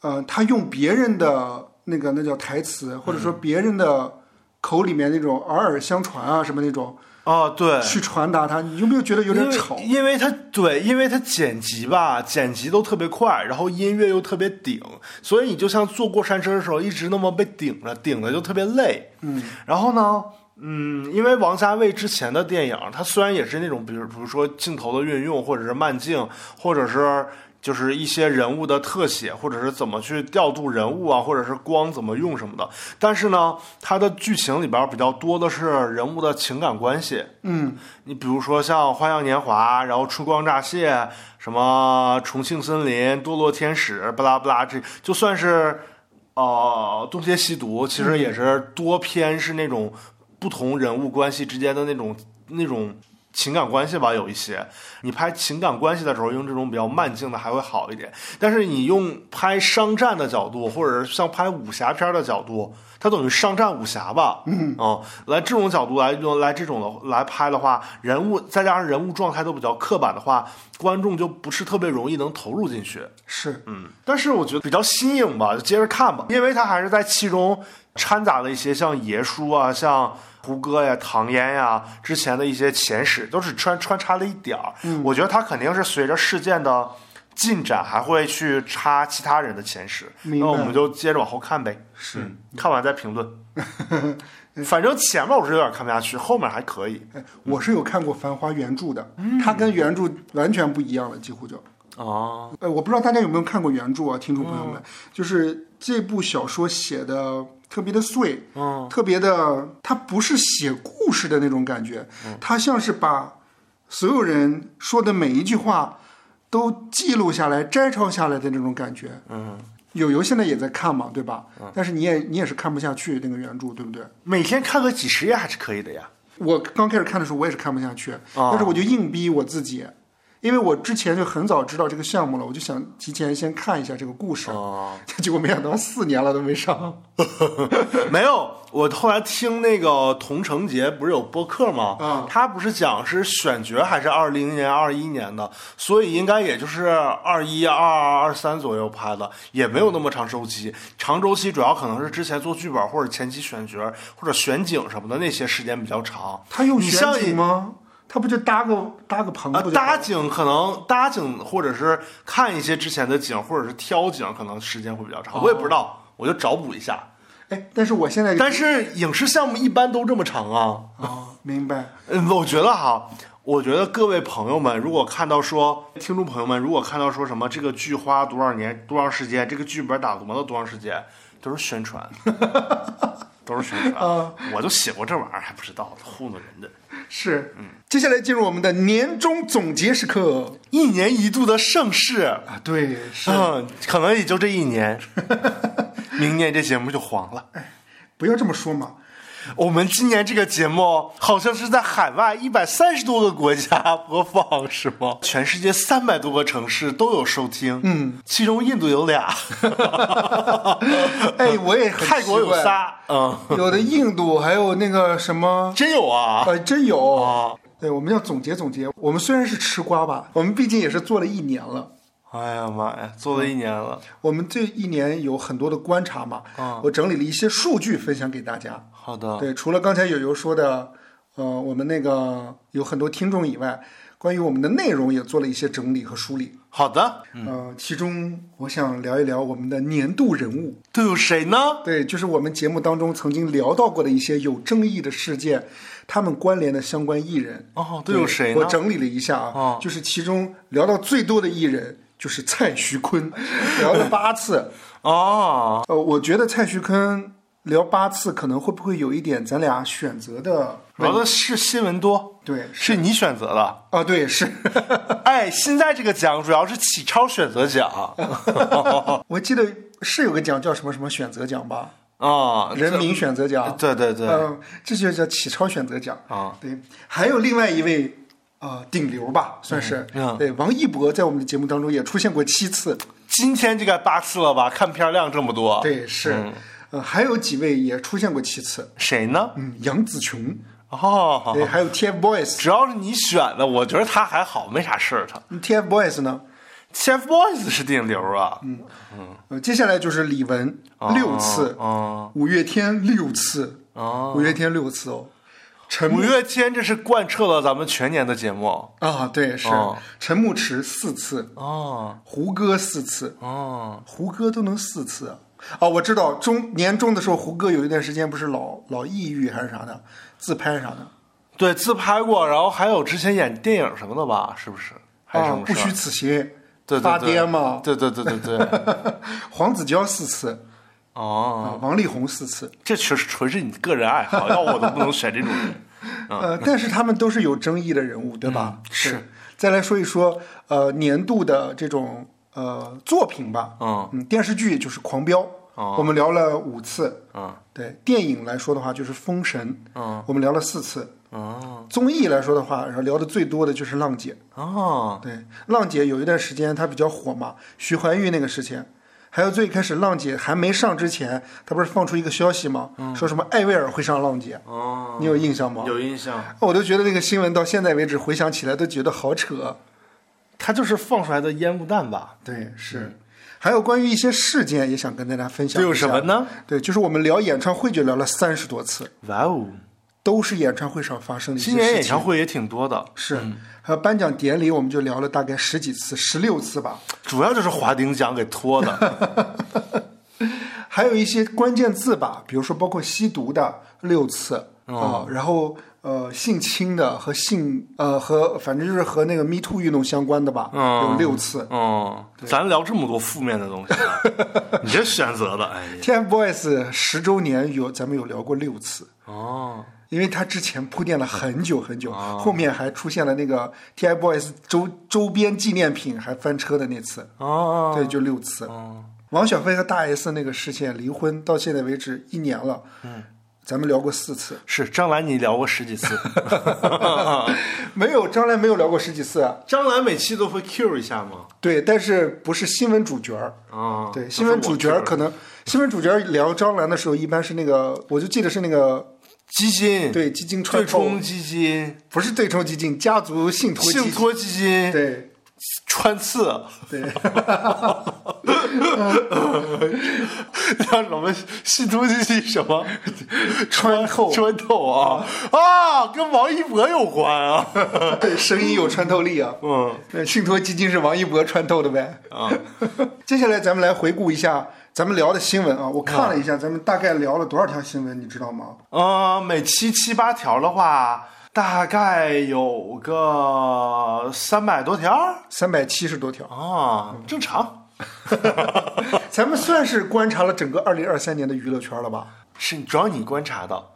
呃，他用别人的那个那叫台词，或者
嗯
说别人的口里面那种耳耳相传啊什么那种
啊，对，
去传达它，你有没有觉得有点吵？
因为因为它对，因为它剪辑吧，剪辑都特别快，然后音乐又特别顶，所以你就像坐过山车的时候，一直那么被顶着，顶着就特别累。嗯，然后呢？嗯，因为王家卫之前的电影，它虽然也是那种，比如比如说镜头的运用，或者是慢镜，或者是就是一些人物的特写，或者是怎么去调度人物啊，或者是光怎么用什么的，但是呢，它的剧情里边比较多的是人物的情感关系，
嗯，
你比如说像《花样年华》，然后《春光乍泄》，什么《重庆森林》《堕落天使》，巴拉巴拉，这就算是呃《东邪西毒》，其实也是多篇是那种不同人物关系之间的那种那种情感关系吧，有一些。你拍情感关系的时候，用这种比较慢镜的还会好一点，但是你用拍商战的角度，或者是像拍武侠片的角度，它等于商战武侠吧，嗯，哦、来这种角度来用来这种的来拍的话，人物再加上人物状态都比较刻板的话，观众就不是特别容易能投入进去，
是，
嗯，但是我觉得比较新颖吧，就接着看吧，因为它还是在其中掺杂了一些像爷叔啊、像胡歌呀、唐嫣呀之前的一些前史，都是穿穿插了一点儿。
嗯
我觉得他肯定是随着事件的进展，还会去插其他人的前史。
明白
那我们就接着往后看呗，
是
嗯，看完再评论。 反正前面我是有点看不下去，后面还可以
哎，我是有看过《繁花》原著的，
嗯
它跟原著完全不一样了，几乎就。
啊。
呃，我不知道大家有没有看过原著啊，听众朋友们，就是这部小说写的特别的碎，
嗯，
特别的，它不是写故事的那种感觉，它像是把所有人说的每一句话都记录下来、摘抄下来的那种感觉。嗯，友友现在也在看嘛，对吧？但是你也你也是看不下去那个原著，对不对？
每天看个几十页还是可以的呀。
我刚开始看的时候，我也是看不下去，但是我就硬逼我自己，因为我之前就很早知道这个项目了，我就想提前先看一下这个故事。
哦，
结果没想到四年了都没上。
没有，我后来听那个童承杰不是有播客吗？
嗯
他不是讲是选角还是二零年、二一年的，所以应该也就是二一、二二、二三左右拍的，也没有那么长周期。长周期主要可能是之前做剧本或者前期选角或者选景什么的那些时间比较长。
他用
你
选
像
景吗？他不就搭个搭个棚
啊
不，就好
搭
了？
景可能搭景，或者是看一些之前的景，或者是挑景，可能时间会比较
啊
长。我也不知道，我就找补一下。
哎，但是我现在
但是影视项目一般都这么长啊。
啊，明白。
嗯，我觉得哈，我觉得各位朋友们，如果看到说听众朋友们，如果看到说什么这个剧花多少年多长时间，这个剧本打磨了多长时间，都是宣传， 都是宣传。我就写过这玩意儿，还不知道糊弄人的。
是，接下来进入我们的年终总结时刻
一年一度的盛世，
啊，对，是。
嗯，可能 也就这一年，明年这节目就黄了。
不要这么说嘛。
我们今年这个节目好像是在海外一百三十多个国家播放，是吗？全世界三百多个城市都有收听，嗯，其中印度 有俩，
哎，我也很
泰国有
奇怪，
仨，嗯，
有的印度，还有那个什么，
真有啊，
呃，真有。
啊，
对，我们要总结总结。我们虽然是吃瓜吧，我们毕竟也是做了一年了。
哎呀妈呀，做了一年了，
我们这一年有很多的观察嘛，我整理了一些数据分享给大家。
好的，
对，除了刚才友友说的，呃，我们那个有很多听众以外，关于我们的内容也做了一些整理和梳理。
好的，
呃，其中我想聊一聊我们的年度人物，
都有谁呢？
对，就是我们节目当中曾经聊到过的一些有争议的事件，他们关联的相关艺人。
哦，都有谁
我
呢？
整理了一下啊，
哦
就是其中聊到最多的艺人就是蔡徐坤， 聊了八次。
哦，
呃，我觉得蔡徐坤聊八次，可能会不会有一点咱俩选择的？
聊的是新闻多，
对，
是你选择的。
啊，对，是。
哎，现在这个奖主要是启超选 择奖啊、
哦我记得是有个奖叫什么什么选择奖吧， 人民选择奖。
哦对对对，
嗯，这就叫启超选择奖
啊。
对，还有另外一位啊、呃顶流吧，算是、
嗯啊
对王一博在我们的节目当中也出现过七次。
今天这个八次了吧？看片量这么多，，
对，是，
嗯
呃，还有几位也出现过其次，
谁呢？
嗯，杨紫琼，
哦，
对，还有 TFBOYS。
只要是你选的，我觉得他还好，没啥事儿。他
嗯 TFBOYS 呢？
TFBOYS 是顶流啊，嗯，
呃，接下来就是李玟
啊
六次，
嗯，
五月天六次，
哦
五月天六次哦，陈
五
木
月天这是贯彻了咱们全年的节目。
啊，对，是
哦
陈牧驰四次，
哦
胡歌四次，
哦，
胡歌都能四次啊！哦我知道中年终的时候，胡歌有一段时间不是老老抑郁还是啥的，自拍啥的，
对，自拍过，然后还有之前演电影什么的吧？是不是？还有什
啊，
么
不
事儿？
虚此行，
对对对
发癫嘛，
对对对对 对。
黄子佼四次
哦，
啊，王力宏四次，
这纯是纯是你个人爱好，要我都不能选这种人。
呃，但是他们都是有争议的人物，对吧？
啊嗯是
对。再来说一说呃年度的这种呃作品吧，
嗯啊
电视剧就是《狂飙》，我们聊了五次，
嗯
对，电影来说的话就是《封神》，
嗯，
我们聊了四次。
哦
综艺来说的话，然后聊的最多的就是浪姐，
哦，
对，浪姐有一段时间她比较火嘛，徐怀钰那个事情，还有最开始浪姐还没上之前，她不是放出一个消息吗？
嗯
说什么艾薇儿会上浪姐，
哦，
你有印象吗？哦
有印象。
我都觉得那个新闻到现在为止回想起来都觉得好扯。
嗯他就是放出来的烟雾弹吧？
对，是。还有关于一些事件也想跟大家分享
都
一下。
有什么？呢？
对，就是我们聊演唱会就聊了三十多次，
哇哦，
都是演唱会上发生的一些
今年
事
演
情。
唱会也挺多的，
是，还有颁奖典礼，我们就聊了大概十几次，十六次吧。
主要就是华鼎奖给拖 的。
还有一些关键字吧，比如说包括吸毒的六次啊、然后呃性侵的和性呃和反正就是和那个 Me Too 运动相关的吧，有六次。
嗯，咱聊这么多负面的东西 啊，你这选择的，哎呀，
TFBOYS 十周年有咱们有聊过六次，
哦，
因为他之前铺垫了很久很久，后面还出现了那个 TFBOYS 周周边纪念品还翻车的那次，
哦，
对，就六次。
啊
王小飞和大 S 那个事件离婚到现在为止一年了，嗯，咱们聊过四次，
是张兰，你聊过十 几次。
没有张兰没有聊过十几次啊，
张兰每期都会 Q 一下吗？
对，但是不是新闻主角儿。
啊，
对，新闻主角儿可能，新闻主角儿聊张兰的时候，一般是那个，我就记得是那个，
基金，
对，基金
对
穿透
冲基金，
不是对冲激进，家族信托基
信
金。
托基金，
对
穿刺，
对，
叫什么信托基金什么
穿透，
穿透啊啊，跟王一博有关啊，
对声音有穿透力啊。
嗯，
那信托基金是王一博穿透的呗。啊， 接下来咱们来回顾一下咱们聊的新闻啊。我看了一下，咱们大概聊了多少条新闻，你知道吗？
呃，每期七八条的话，大概有个三百多条
三百七十多条。
啊，正常。
咱们算是观察了整个二零二三年的娱乐圈了吧？
是主要你观察到，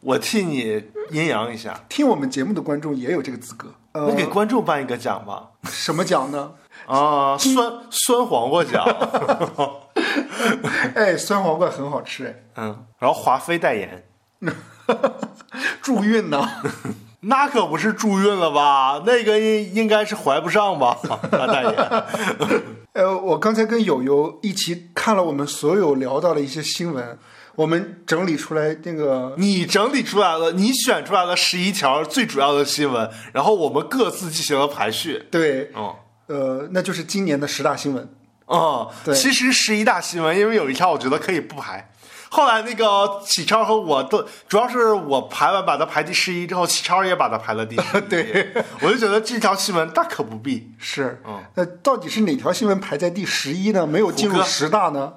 我替你阴阳一下，
听我们节目的观众也有这个资格。
那
呃，
给观众颁一个奖吧。
什么奖 呢？
啊，酸酸黄瓜奖，
哎，酸黄瓜很好吃哎。哎
嗯，然后华妃代言，
助孕 呢？
那可不是助孕了吧？那个应应该是怀不上吧， 大大爷。
呃，我刚才跟友友一起看了我们所有聊到的一些新闻，我们整理出来那个
你整理出来了，你选出来了十一条最主要的新闻，然后我们各自进行了排序。
对，
嗯
呃，那就是今年的十大新闻。
嗯，
对
其实十一大新闻，因为有一条我觉得可以不排。后来那个启超和我都，主要是我排完把它排第十一之后，启超也把它排了第十对，我就觉得这条新闻大可不必。
是
嗯，
那到底是哪条新闻排在第十一呢？没有进入
胡歌嗯
十大呢？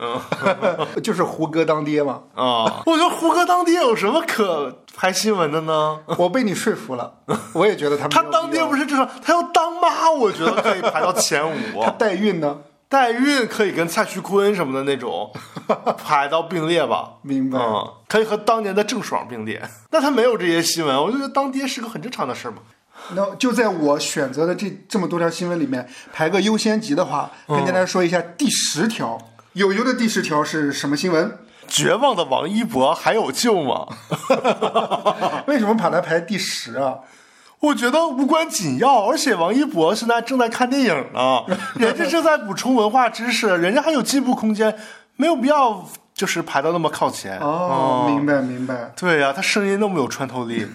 就是胡歌当爹嘛，
啊、 我觉得胡歌当爹有什么可拍新闻的呢？
我被你说服了，我也觉得他没
他
有
当
必
爹
要
不是这种，他要当妈，我觉得可以排到 前五。
代孕呢？
代孕可以跟蔡徐坤什么的那 种排到并列吧。
明白
嗯，可以和当年的郑爽并列。那他没有这些新闻，我就觉得当爹是个很正常的事儿嘛。
那就在我选择的这这么多条新闻里面，排个优先级的话，
嗯
跟大家说一下第十条。友友的第十条是什么新闻？
绝望的王一博还有救吗？
为什么把它排第十啊？
我觉得无关紧要，而且王一博现在正在看电影 呢，人家正在补充文化知识，人家还有进步空间，没有必要就是排到那么靠前。
哦，明白明白。
对呀、他声音那么有穿 透力。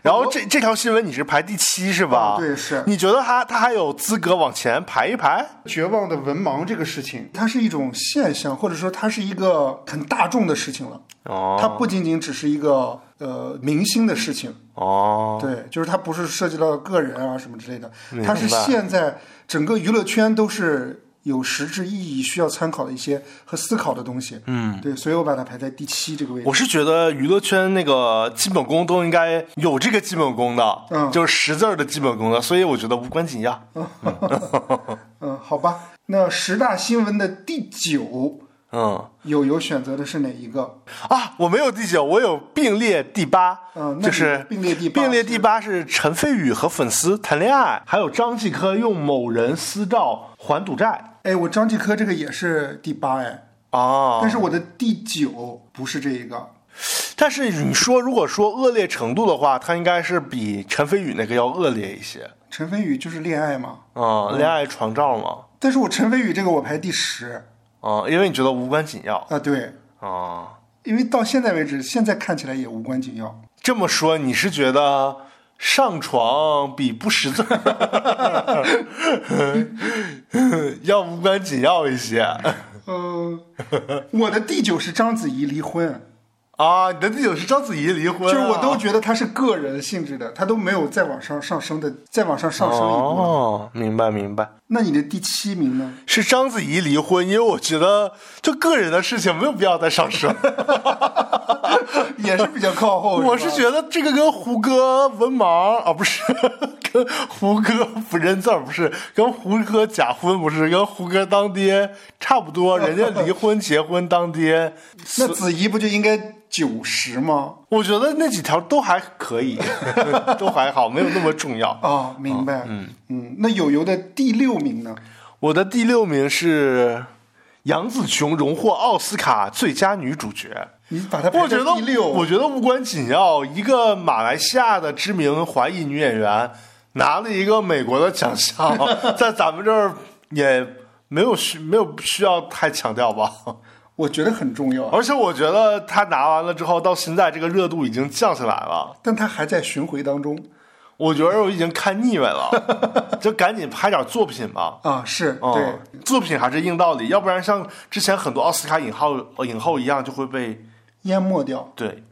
然后这这条新闻你是排第七是吧？
对是
你觉得他他还有资格往前排一排？
绝望的文盲这个事情，它是一种现象，或者说它是一个很大众的事情了。
哦
它不仅仅只是一个呃明星的事情，
哦，
对，就是它不是涉及到个人啊什么之类的，
明白
它是现在整个娱乐圈都是有实质意义需要参考的一些和思考的东西。嗯，对，所以我把它排在第七这个位置。
我是觉得娱乐圈那个基本功都应该有这个基本功的，
嗯
就是识字儿的基本功的，所以我觉得无关紧要。
嗯，好吧，那十大新闻的第九，
嗯
友友选择的是哪一个？
啊，我没有第九，我有并列第八，
嗯那你
就是
并列第八
并列第八是陈飞宇和粉丝谈恋爱，还有张继科用某人私照还赌债
哎，我张继科这个也是第八哎。
啊。
但是我的第九不是这一个，
但是你说如果说恶劣程度的话，他应该是比陈飞宇那个要恶劣一些
陈飞宇就是恋爱嘛。
啊、
嗯
恋爱床照嘛
但是我陈飞宇这个我排第十
啊、因为你觉得无关紧要哦啊。
啊，对，因为到现在为止，现在看起来也无关紧要。
这么说，你是觉得上床比不 识字 儿要无关紧要一些嗯
呃，我的第九是章子怡离婚，
啊？你的第九是章子怡离婚、
就
啊，
是我都觉得她是个人性质的，她都没有再往上上升的，再往上上升一步。
哦，明白明白，
那你的第七名呢？
是章子怡离婚，因为我觉得就个人的事情没有必要再上 升。
也是比较靠 后。吧
我是觉得这个跟胡歌文盲啊，不是 跟胡歌不认字儿，不是跟胡歌假婚，不是跟胡歌当爹差不 多。人家离婚、结婚、当爹，
那子怡不就应该九十吗？
我觉得那几条都还可以， 都还好，没有那么重要。
哦，明白。嗯嗯，那友友的第六名呢？
我的第六名是杨紫琼荣获奥斯卡最佳女主角。
你把它排
我
在
觉得
第六，
我觉得无关紧要。一个马来西亚的知名华裔女演员拿了一个美国的奖 项，在咱们这儿也没有需没有需要太强调吧。
我觉得很重要。
而且我觉得她拿完了之后，到现在这个热度已经降下来了。
但他还在巡回当中
我觉得我已经看腻歪 了，就赶紧拍点作品吧。
啊，是对
嗯，作品还是硬道理，要不然像之前很多奥斯卡影后呃影后一样，就会被
淹没掉。
对。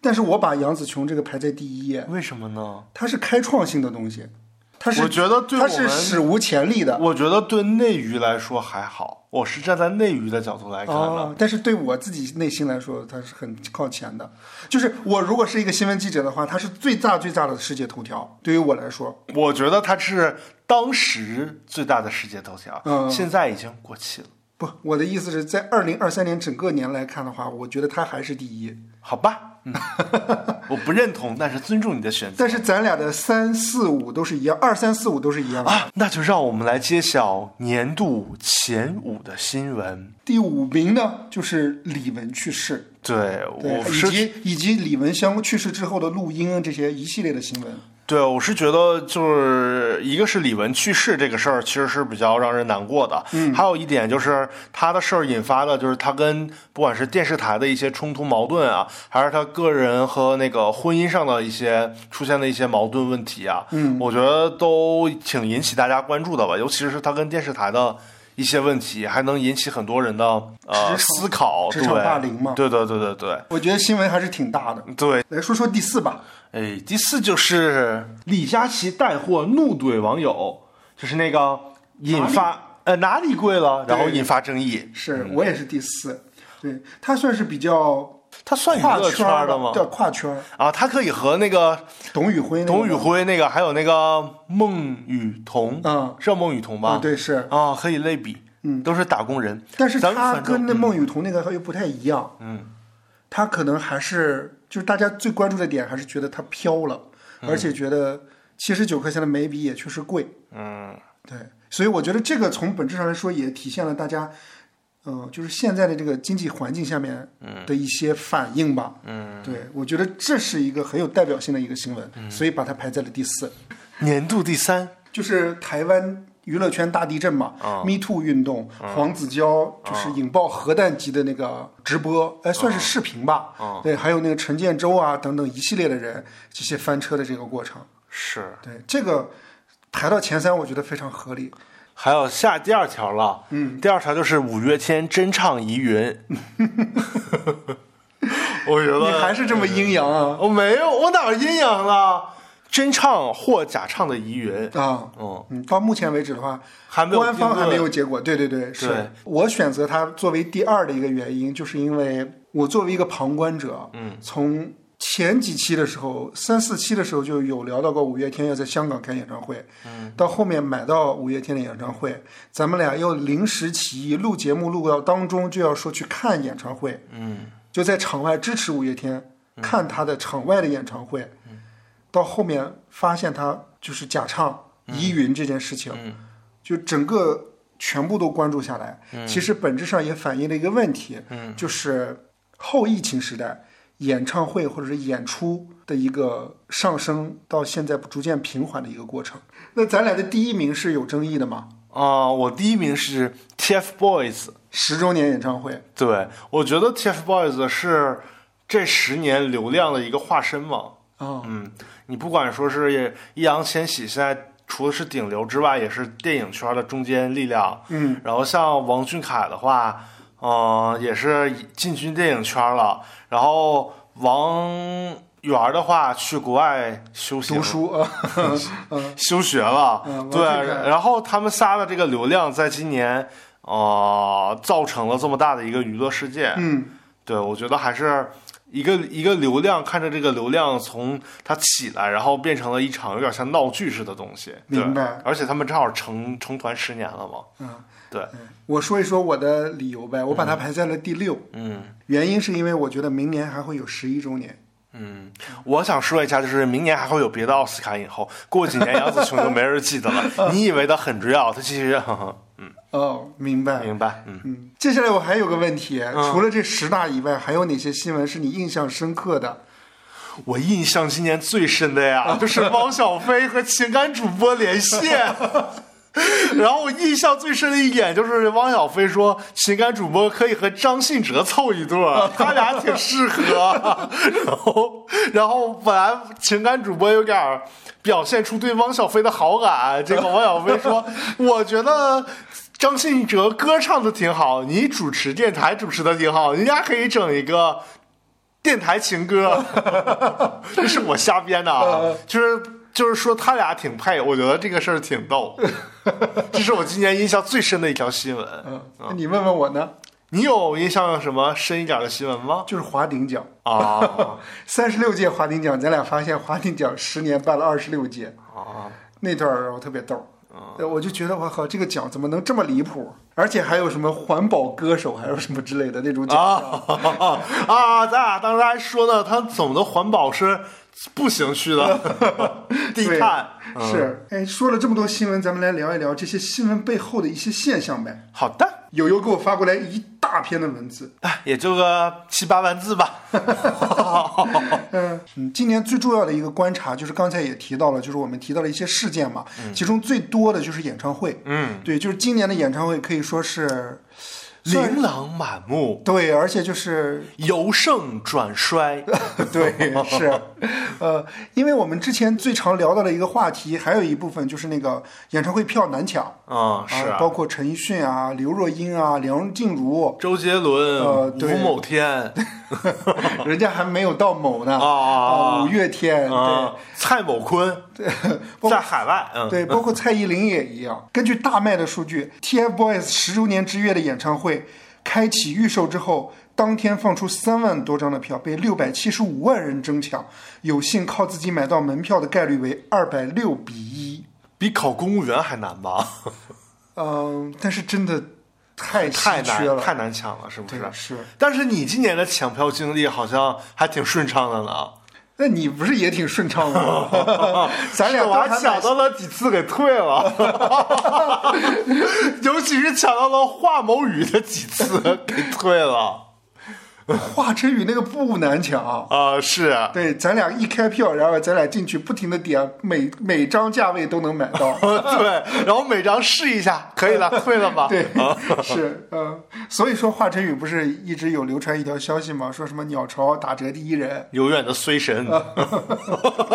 但是我把杨紫琼这个排在第一，
为什么呢？
它是开创性的东西，它是
我觉得对
它
我
是
们
史无前例的
我觉得对内娱来说还好，我是站在内娱的角度来看的。
哦。但是对我自己内心来说，它是很靠前的。就是我如果是一个新闻记者的话，它是最大最大的世界头条。对于我来说，
我觉得它是当时最大的世界头条，
嗯
现在已经过气了。
不，我的意思是在二零二三年整个年来看的话，我觉得它还是第一。
好吧， 我不认同，但是尊重你的选择。
但是咱俩的三四五都是一样，二三四五都是一样的。
啊，那就让我们来揭晓年度前五的新闻。
第五名呢，就是李玟去世，
对，
对
我，
以
是
及以及李玟相去世之后的录音这些一系列的新闻。
对，我是觉得就是一个是李玟去世这个事儿，其实是比较让人难过的。嗯，还有一点就是他的事儿引发的，就是他跟不管是电视台的一些冲突矛盾啊，还是他个人和那个婚姻上的一些出现的一些矛盾问题啊，嗯，我觉得都挺引起大家关注的吧。尤其是他跟电视台的一些问题，还能引起很多人的呃
职场
思考，
职场
对
霸凌嘛
对对对对对
我觉得新闻还是挺大的。
对，
来说说第四吧，
哎，第四就是李佳琦带货怒怼网友，就是那个引发呃哪里贵了，然后
对
引发争议。
是我也是第四，对他算是比较
他算娱
跨
乐
圈
儿
儿
的吗？
叫跨圈儿。
啊，他可以和那个
董宇辉那个吗，
董宇辉那个，还有那个孟雨桐，
嗯，
是叫孟雨桐吧？
啊，对是，
啊，可以类比，嗯，都是打工人。
但是
咱们
他
反正
跟那孟雨桐那个又不太一样，
嗯，
他可能还是就是大家最关注的点还是觉得他飘了，而且觉得七十九块钱的眉笔也确实贵，
嗯，
对，所以我觉得这个从本质上来说也体现了大家，呃，就是现在的这个经济环境下面的一些反应吧。嗯，对，我觉得这是一个很有代表性的一个新闻，所以把它排在了第四，
年度第三，
就是台湾。娱乐圈大地震嘛、
啊
m e Too 运动，黄子佼就是引爆核弹级的那个直播，哎、算是视频吧、
啊
对，还有那个陈建州啊等等一系列的人，这些翻车的这个过程，
是
对这个排到前三，我觉得非常合理。
还有下第二条了，嗯，第二条就是五月天真唱疑云， 我觉
你
得嗯
还是这么阴阳啊？
我哦没有，我哪儿阴阳了？真唱或假唱的疑云，
啊，
嗯，
嗯，到目前为止的话，
还没有
官方
定论
还没有结果。对对对，
对
是我选择它作为第二的一个原因，就是因为我作为一个旁观者，嗯，从前几期的时候，三四期的时候就有聊到过五月天要在香港开演唱会，嗯，到后面买到五月天的演唱会，咱们俩又临时起意录节目录到当中就要说去看演唱会，
嗯，
就在场外支持五月天，看他的场外的演唱会，到后面发现他就是假唱疑云这件事情，就整个全部都关注下来。其实本质上也反映了一个问题，就是后疫情时代演唱会或者是演出的一个上升到现在逐渐平缓的一个过程。那咱俩的第一名是有争议的嘛？
啊、我第一名是 TFBOYS，
十周年演唱会，
对我觉得 TFBOYS 是这十年流量的一个化身嘛，
啊、
嗯，你不管说是易烊千玺，现在除了是顶流之外，也是电影圈的中坚力量。
嗯，
然后像王俊凯的话，嗯、也是进军电影圈了。然后王源儿的话，去国外修行
读书啊， 嗯，
休学了，
嗯
对
王俊凯。
然后他们仨的这个流量，在今年呃，造成了这么大的一个娱乐事件。
嗯。
对，我觉得还是一个一个流量，看着这个流量从它起来，然后变成了一场有点像闹剧似的东西。对
明白
而且他们正好成成团十年了嘛。
嗯，
对，
我说一说我的理由呗，我把它排在了第六，
嗯
原因是因为我觉得明年还会有十一周年。
嗯，我想说一下，就是明年还会有别的奥斯卡影后，过几年杨紫琼就没人记得了。你以为她很重要，她其实 呵呵
哦，明白。
明嗯白，嗯。
嗯，接下来我还有个问题，除了这十大以外，还有哪些新闻是你印象深刻的？
我印象今年最深的呀，就是汪小菲和情感主播连线。 然后我印象最深的一点就是汪小菲说，情感主播可以和张信哲凑一对儿，他俩挺适合。 然后，然后本来情感主播有点儿表现出对汪小菲的好感，结果汪小菲说，我觉得。张信哲歌唱的挺好，你主持电台主持的挺好，人家可以整一个电台情歌，这是我瞎编的啊，就是就是说他俩挺配，我觉得这个事儿挺逗，这是我今年印象最深的一条新闻。
嗯，那你问问我呢？
你有印象什么深一点的新闻吗？
就是华鼎奖，
啊
三十六届华鼎奖，咱俩发现华鼎奖十年办了二十六届，
啊
那段儿我特别逗儿。
嗯
对，我就觉得我靠，这个奖怎么能这么离谱？而且还有什么环保歌手，还有什么之类的那种奖。
啊啊！咱俩当时还说呢，他走的环保是步行去的，低
对
碳。
是，哎，说了这么多新闻，咱们来聊一聊这些新闻背后的一些现象呗。
好的，
友友给我发过来一大篇的文字，
哎，也就个七八万字吧。
嗯嗯，今年最重要的一个观察就是刚才也提到了，就是我们提到了一些事件嘛，其中最多的就是演唱会。嗯，对，就是今年的演唱会可以说是
琳琅满目，
对，而且 就是
由盛转衰。
对，是，呃，因为我们之前最常聊到的一个话题，还有一部分就是那个演唱会票难抢，
嗯，是
啊
啊，
包括陈奕迅啊、刘若英啊、梁静 茹，
周杰伦、
呃 对
吴某天
人家还没有到某呢，
啊
五月天，
啊，蔡某坤
包括
在海外，嗯，
对对，包括蔡依林也一 样。根据大麦的数据，TFBOYS 十周年之月的演唱会开启预售之后。当天放出三万多张的票，被六百七十五万人争抢，有幸靠自己买到门票的概率为二百六比一。
比考公务员还 难吧？
嗯，但是真的太稀
太
缺了，
难，太难抢了，是不
对
是？
是。
但是你今年的抢票经历好像还挺顺畅的 呢。啊
那你不是也挺顺畅的 吗？咱俩
是
都
我
还
还
买
抢到了几次给退了， 尤其是抢到了华某宇的几次给退了
华晨宇那个不难抢。
啊、是啊，。
对，咱俩一开票，然后咱俩进去不停的点，每每张价位都能买到
对，然后每张试一下，可以了，退了吧？
对，是，嗯，所以说华晨宇不是一直有流传一条消息吗？说什么鸟巢打折第一人，
永远的衰神。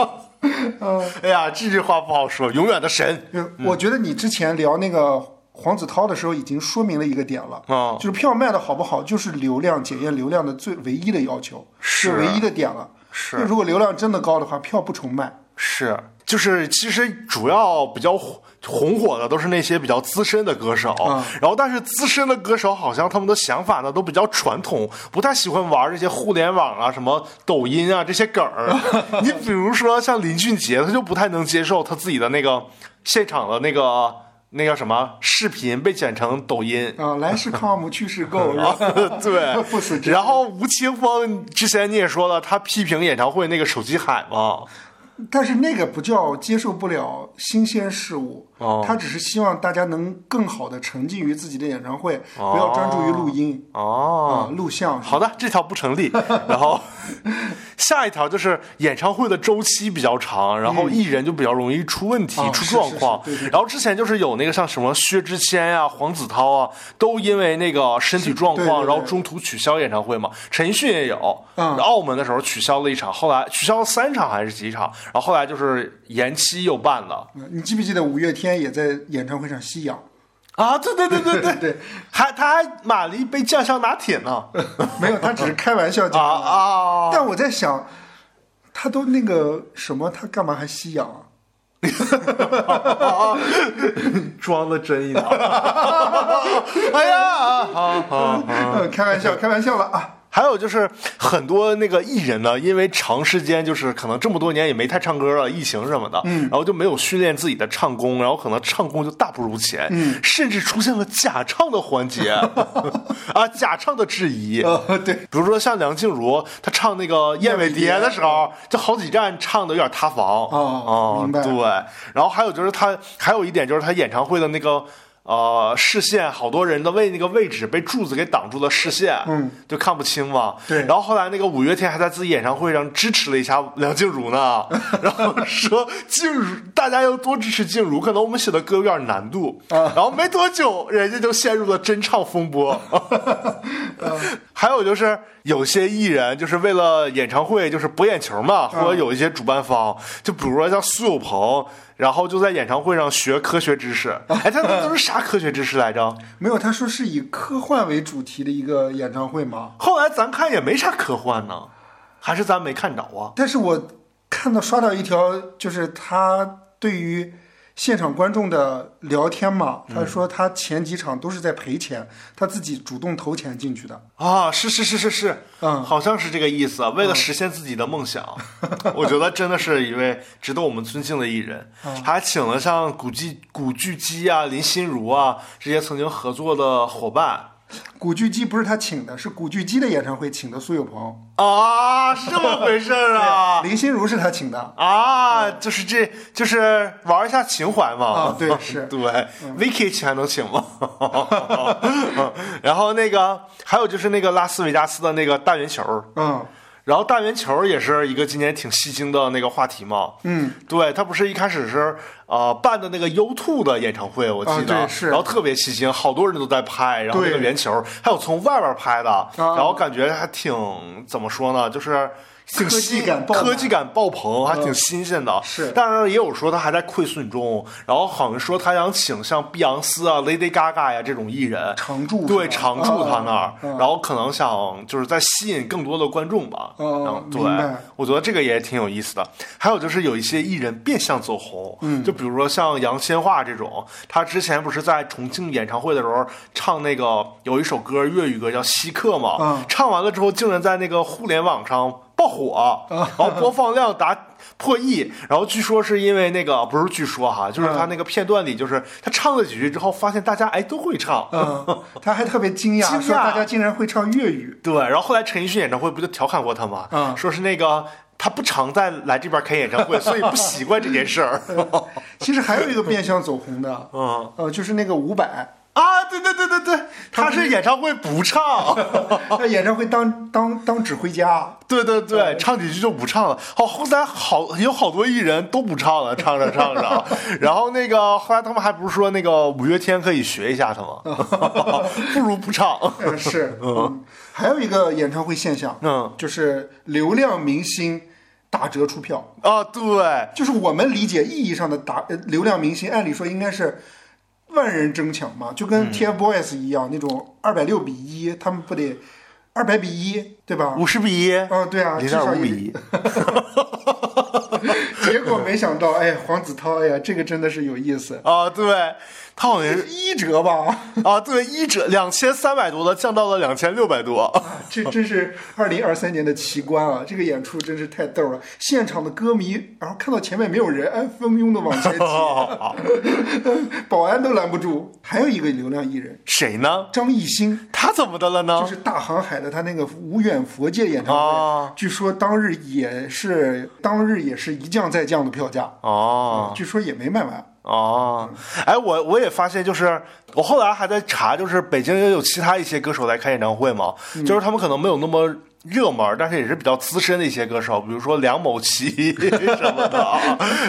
哎呀，这句话不好说，永远的神
就呃我觉得你之前聊那个黄子韬的时候，已经说明了一个点了，
啊
就是票卖的好不好，就是流量检验流量的最唯一的要求，
是啊
唯一的点了。
是
就如果流量真的高的话，票不愁卖。
是，就是其实主要比较火红火的都是那些比较资深的歌手，然后但是资深的歌手好像他们的想法呢都比较传统，不太喜欢玩这些互联网啊、什么抖音啊这些梗 儿。你比如说像林俊杰，他就不太能接受他自己的那个现场的那个那个什么视频被剪成抖音。
啊、来是 com，去是 go，然后
对，
不死之
然后吴青峰之前你也说了，他批评演唱会那个手机海嘛，
但是那个不叫接受不了新鲜事物，
哦
他只是希望大家能更好的沉浸于自己的演唱会，不要专注于录音
哦，
啊、录像。
好的，这条不成立。 然后 下一条就是演唱会的周期比较长，然后艺人就比较容易出问题、
嗯哦
出
是
状况。
是是对对
然后之前就是有那个像什么薛之谦呀、黄子韬啊，都因为那个身体状况，
对对对
然后中途取消演唱会嘛。陈奕迅也有，
嗯
澳门的时候取消了一场，后来取消了三场还是几场，然后后来就是延期又办了。
嗯你记不记得五月天也在演唱会上吸氧？
啊，对对对对 对
对，
还他还买了一杯酱香拿铁呢。
没有，他只是开玩笑
啊
讲。
啊！
但我在想，他都那个什么，他干嘛还吸氧啊？
装的真一点。 哎呀，好好。
呃开玩笑，开玩笑了啊！
还有就是很多那个艺人呢，因为长时间就是可能这么多年也没太唱歌了，疫情什么的，然后就没有训练自己的唱功，然后可能唱功就大不如前，甚至出现了假唱的环 节啊，假唱的质疑。
呃，对，
比如说像梁静茹，她唱那个《燕尾蝶》的时候，就好几站唱的有点塌房。
嗯哦
嗯
明白
对，然后还有就是她，还有一点就是她演唱会的那个。呃，视线好多人的位那个位置被柱子给挡住了视线，
嗯，
就看不清嘛。
对
然后后来那个五月天还在自己演唱会上支持了一下梁静茹 呢，然后说静茹大家要多支持静茹，可能我们写的歌有点难度。
啊
然后没多久，人家就陷入了真唱风波。还有就是有些艺人就是为了演唱会就是博眼球嘛，或者有一些主办方，就比如说像苏有朋，然后就在演唱会上学科学知识。哎，他那都是啥科学知识来着？
没有，他说是以科幻为主题的一个演唱会嘛。
后来咱看也没啥科幻呢，还是咱没看着啊？
但是我看到刷到一条，就是他对于现场观众的聊天嘛，
嗯
他说他前几场都是在赔钱，他自己主动投钱进去的。
啊，是是是是是，嗯
嗯
好像是这个意思。啊为了实现自己的梦想， 我觉得真的是一位值得我们尊敬的艺人。还请了像古巨古巨基啊、林心如啊这些曾经合作的伙伴
古巨基不是他请的，是古巨基的演唱会请的苏有朋，
啊，是这么回事 儿啊。
林心如是他请的。
啊，就是这就是玩一下情怀嘛。
啊对是
对，Vicky 还能请吗？ 然后那个还有就是那个拉斯维加斯的那个大圆球，
嗯，
然后大圆球也是一个今年挺吸睛的那个话题嘛。
嗯，
对，他不是一开始是呃办的那个 U Two 的演唱会，我记得，
啊对是
然后特别吸睛，好多人都在拍，然后那个
对啊
圆球还有从外边拍的，然后感觉还挺怎么说呢，就是。挺
科技
新
感爆满
科技感爆棚，还挺新鲜的。
是
当然也有说他还在亏损中，然后好像说他想请像碧昂斯啊、Lady Gaga 呀、这种艺人
常驻
对
是吧
常驻他那儿
啊，啊
然后可能想就是再吸引更多的观众吧。
哦
然后对
明白，
我觉得这个也挺有意思的。还有就是有一些艺人变相走红，嗯，就比如说像杨千嬅这种，她之前不是在重庆演唱会的时候唱那个有一首歌粤语歌叫《稀客》嘛，
嗯
唱完了之后竟然在那个互联网上。爆火，
嗯
然后播放量达破亿，然后据说是因为那个不是据说哈，
嗯
就是他那个片段里，就是他唱了几句之后，发现大家哎都会唱，
嗯，他还特别惊讶，
惊讶
说大家竟然会唱粤语。
对，然后后来陈奕迅演唱会不就调侃过他吗？
嗯
说是那个他不常在来这边开演 唱会，所以不习惯这件事儿。
其实还有一个变相走红的，
嗯
呃，就是那个伍佰，
啊，对对对对对，他是演唱会不 唱，
他演唱会当当当指挥家，
对对对，唱几句就不唱了。好，后来好有好多艺人都不唱了，唱着唱 着，然后那个后来他们还不是说那个五月天可以学一下他 吗？不如不唱。
呃， 是，嗯，还有一个演唱会现象，
嗯
就是流量明星打折出票，
啊，对，
就是我们理解意义上的打呃流量明星，按理说应该是万人争抢嘛，就
嗯
跟 TFBOYS 一样，那种二百六比一，他们不得二百比一，对吧？
五十比一，
嗯，对啊，
零
至
点
少
五
也
比一。
结果没想到，哎，黄子韬，哎呀，这个真的是有意思，
啊，对，他好像是
一折吧，
啊，对，一折两千三百多的降到了两千六百多，
这真是二零二三年的奇观啊！这个演出真是太逗了，现场的歌迷，然后看到前面没有人，哎，蜂拥的往前
哦
挤， 保安都拦不住。还有一个流量艺人
谁呢？
张艺兴，
他怎么的了
就
呢？
是大航海的他那个无远佛界演唱会，
哦
据说当日也是当日也是一降再降的票价，
哦
据说也没卖完。
哦，哎，我我也发现，就是我后来还在查，就是北京也有其他一些歌手来开演唱会嘛，
嗯
就是他们可能没有那么热门，但是也是比较资深的一些歌手，比如说梁某琪什么的啊，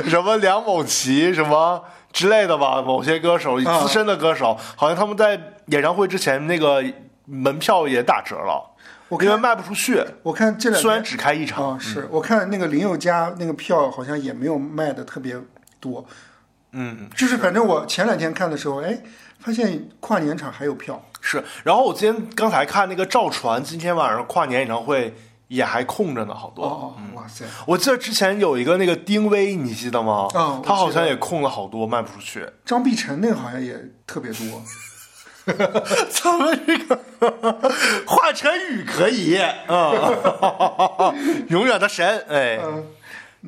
什么梁某琪什么之类的吧，某些歌手
啊
资深的歌手，好像他们在演唱会之前那个门票也打折了，
我
因为
看
卖不出去。
我看这两
虽
天
然只开一场，
啊，是我看那个林宥嘉那个票好像也没有卖的特别多，
嗯，
就是反正我前两天看的时候，哎，发现跨年场还有票，
是。然后我今天刚才看那个赵传，今天晚上跨年演唱会也还空着呢，好多。
哦，哇塞，
我记得之前有一个那个丁薇，你记得吗？
嗯
他好
我记得
像也空了好多，卖不出 去。
张碧晨那个好像也特别多，
咱们这个华晨宇可以，嗯， 永远的神，哎。
嗯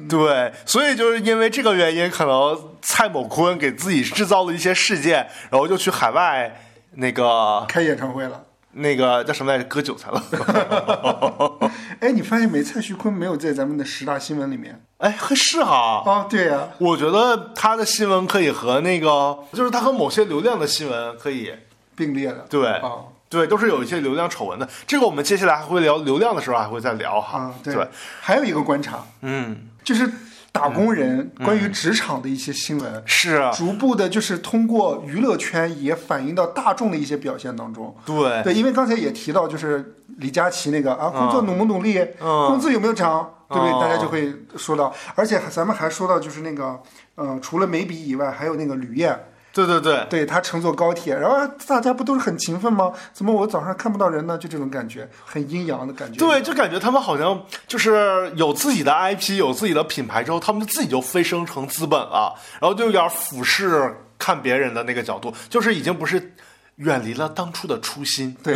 对，所以就是因为这个原因，可能蔡某坤给自己制造了一些事件，然后就去海外那个
开演唱会了。
那个叫什么来着，割韭菜了。
哎，你发现没？蔡徐坤没有在咱们的十大新闻里面
哎，还是哈，
哦，对呀、
我觉得他的新闻可以和那个，就是他和某些流量的新闻可以，
并列的，
对，
哦，
对，都是有一些流量丑闻的。这个我们接下来还会聊流量的时候还会再聊哈。
啊，
对，
还有一个观察
嗯，
就是打工人关于职场的一些新闻。
是嗯啊，
逐步的，就是通过娱乐圈也反映到大众的一些表现当中。
对，
对，因为刚才也提到，就是李佳琦那个啊，工作努不努力，
嗯
工资有没有涨，对不对？
哦
大家就会说到，而且还咱们还说到，就是那个，呃，除了眉笔以外，还有那个吕燕，
对对对，
对他乘坐高铁，然后大家不都是很勤奋吗？怎么我早上看不到人呢？就这种感觉，很阴阳的感觉。
对，就感觉他们好像就是有自己的 IP，有自己的品牌之后，他们自己就飞升成资本了，然后就有点俯视看别人的那个角度，就是已经不是远离了当初的初心，
对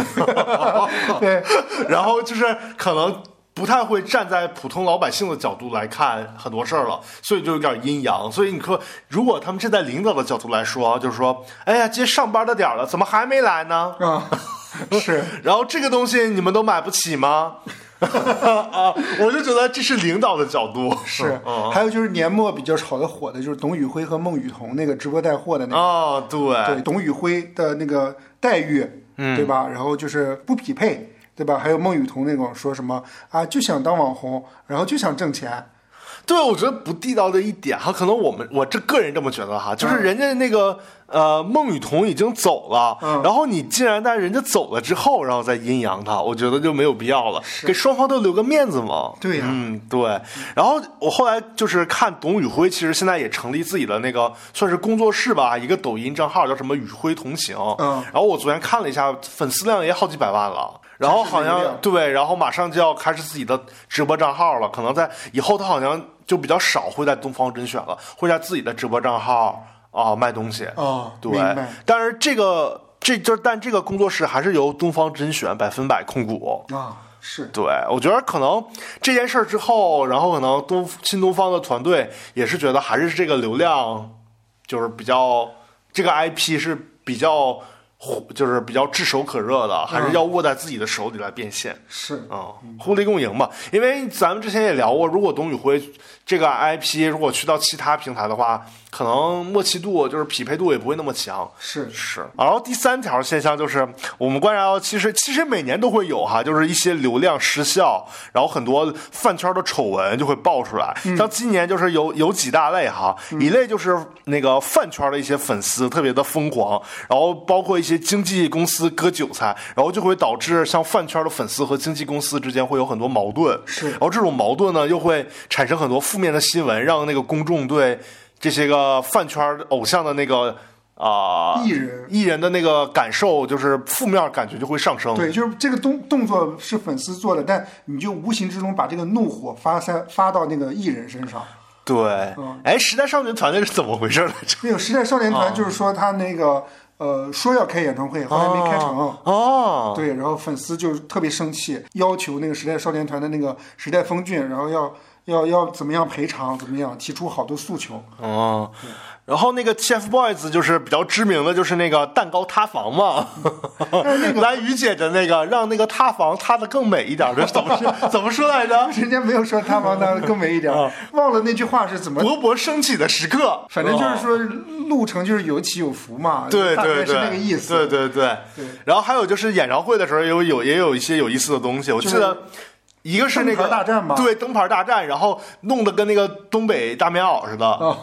对，
然后就是可能不太会站在普通老百姓的角度来看很多事儿了，所以就有点阴阳。所以你说，如果他们站在领导的角度来说啊，就是说，哎呀，今天上班的点儿了，怎么还没来呢？
啊， 是
然后这个东西你们都买不起吗？ 啊，我就觉得这是领导的角度，
是
嗯。
还有就是年末比较炒得火的，就是董宇辉和孟雨桐那个直播带货的那个，
哦，对
对，董宇辉的那个待遇，对吧？然后就是不匹配，对吧？还有孟雨桐那种说什么啊，就想当网红，然后就想挣钱，
对，我觉得不地道的一点哈，可能我们我这个人这么觉得
嗯
哈，就是人家那个呃孟雨桐已经走了，
嗯
然后你竟然在人家走了之后，然后再阴阳他，我觉得就没有必要了，给双方都留个面子嘛。
对呀
嗯，对。然后我后来就是看董宇辉，其实现在也成立自己的那个算是工作室吧，一个抖音账号叫什么“宇辉同行”。
嗯
然后我昨天看了一下，粉丝量也好几百万了。然后好
真是流
像
量
对，然后马上就要开始自己的直播账号了，可能在以后他好像就比较少会在东方甄选了，会在自己的直播账号啊、卖东西。
哦
对
明白，
但是这个这就但这个工作室还是由东方甄选百分百控股。
啊，是
对，我觉得可能这件事儿之后，然后可能东新东方的团队也是觉得还是这个流量，就是比较这个 IP 是比较火就是比较炙手可热的，还
嗯
是要握在自己的手里来变现。
是，
啊、互利共赢嘛。因为咱们之前也聊过，如果董宇辉这个 IP 如果去到其他平台的话，可能默契度就是匹配度也不会那么强。
是
是，然后第三条现象就是我们观察到，其实其实每年都会有哈，就是一些流量失效，然后很多饭圈的丑闻就会爆出来。像今年就是有有几大类哈，一类就是那个饭圈的一些粉丝特别的疯狂，然后包括一些经纪公司割韭菜，然后就会导致像饭圈的粉丝和经纪公司之间会有很多矛盾。
是
然后这种矛盾呢，又会产生很多负面的新闻，让那个公众对这些个饭圈偶像的那个啊、
艺人。
艺人的那个感受，就是负面感觉就会上升。
对，就是这个动动作是粉丝做的，但你就无形之中把这个怒火发散发到那个艺人身上。
对，
嗯
哎，时代少年团那是怎么回事来着？
那个时代少年团就是说他那个呃说要开演唱会，后来没开成。
哦，
对，然后粉丝就特别生气，要求那个时代少年团的那个时代峰峻，然后要要要怎么样赔偿，怎么样提出好多诉求。
哦，然后那个 TFBOYS 就是比较知名的，就是那个蛋糕塌房嘛，蓝雨姐的那个让那个塌房塌的更美一点，这怎么是怎么说 来着？
人家没有说他王的更美一点
啊
儿，忘了那句话是怎么，
勃勃升起的时刻，
反正就是
哦。
说路程就是有起有伏嘛，
对
大
对
概
对，
是那个意思。
对对对，然后还有就是演唱会的时候，有有也有一些有意思的东西。我记
就是
得一个是那
灯
个
牌大战吧
对，灯牌大战，然后弄得跟那个东北大棉袄似
哦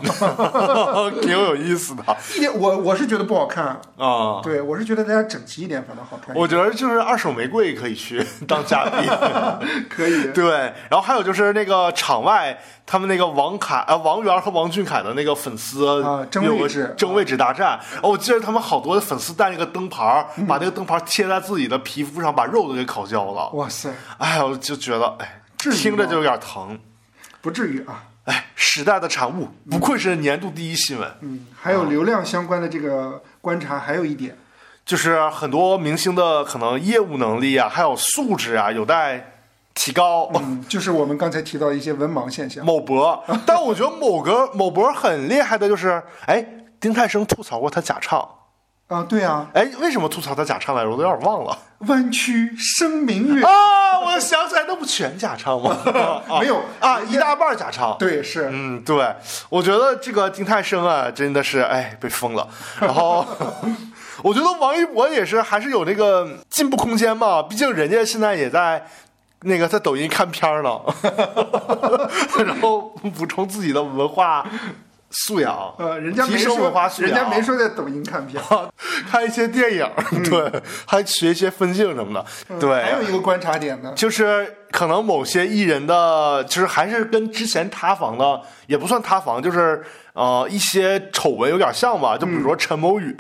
的， 挺有意思的
一点我我是觉得不好看，
啊。
对我是觉得大家整齐一点反倒好看，
我觉得就是二手玫瑰可以去当嘉 宾，
可以。
对。然后还有就是那个场外，他们那个王凯、呃王源和王俊凯的那个粉丝
啊争
有个
位置嗯
争位置大战。哦，我记得他们好多粉丝带那个灯牌儿，把那个灯牌儿贴在自己的皮肤上，把肉都给烤焦了。
哇塞，
哎，我就觉得，哎，
至于吗
听着就有点疼。
不至于啊。
哎，时代的产物，不愧是年度第一新闻。
嗯，还
啊
有流量相关的这个观察，还有一点，
就是很多明星的可能业务能力啊，还有素质啊，有待提高。
嗯，就是我们刚才提到的一些文盲现象。
某博，但我觉得某个某博很厉害的就是，哎，丁太升吐槽过他假唱。
啊，对啊，
哎，为什么吐槽他假唱来着？我都有点忘了
弯曲声明月，
啊！我想起来，那不全假唱吗？啊
没有
啊，一大半假唱。
对，是
嗯，对，我觉得这个丁太升啊，真的是哎被封了。然后 我觉得王一博也是还是有那个进步空间嘛，毕竟人家现在也在。那个在抖 音看片儿呢，然后补充自己的文化素养，
呃，人家
提
没
升文化
说，
素养，
人家没说在抖音看片。
看一些电影，对，还学一些分镜什么的， 对，
嗯还有一个观察点呢，
就是可能某些艺人的，就是还是跟之前塌房的也不算塌房，就是呃一些丑闻有点像吧。就比如说陈某宇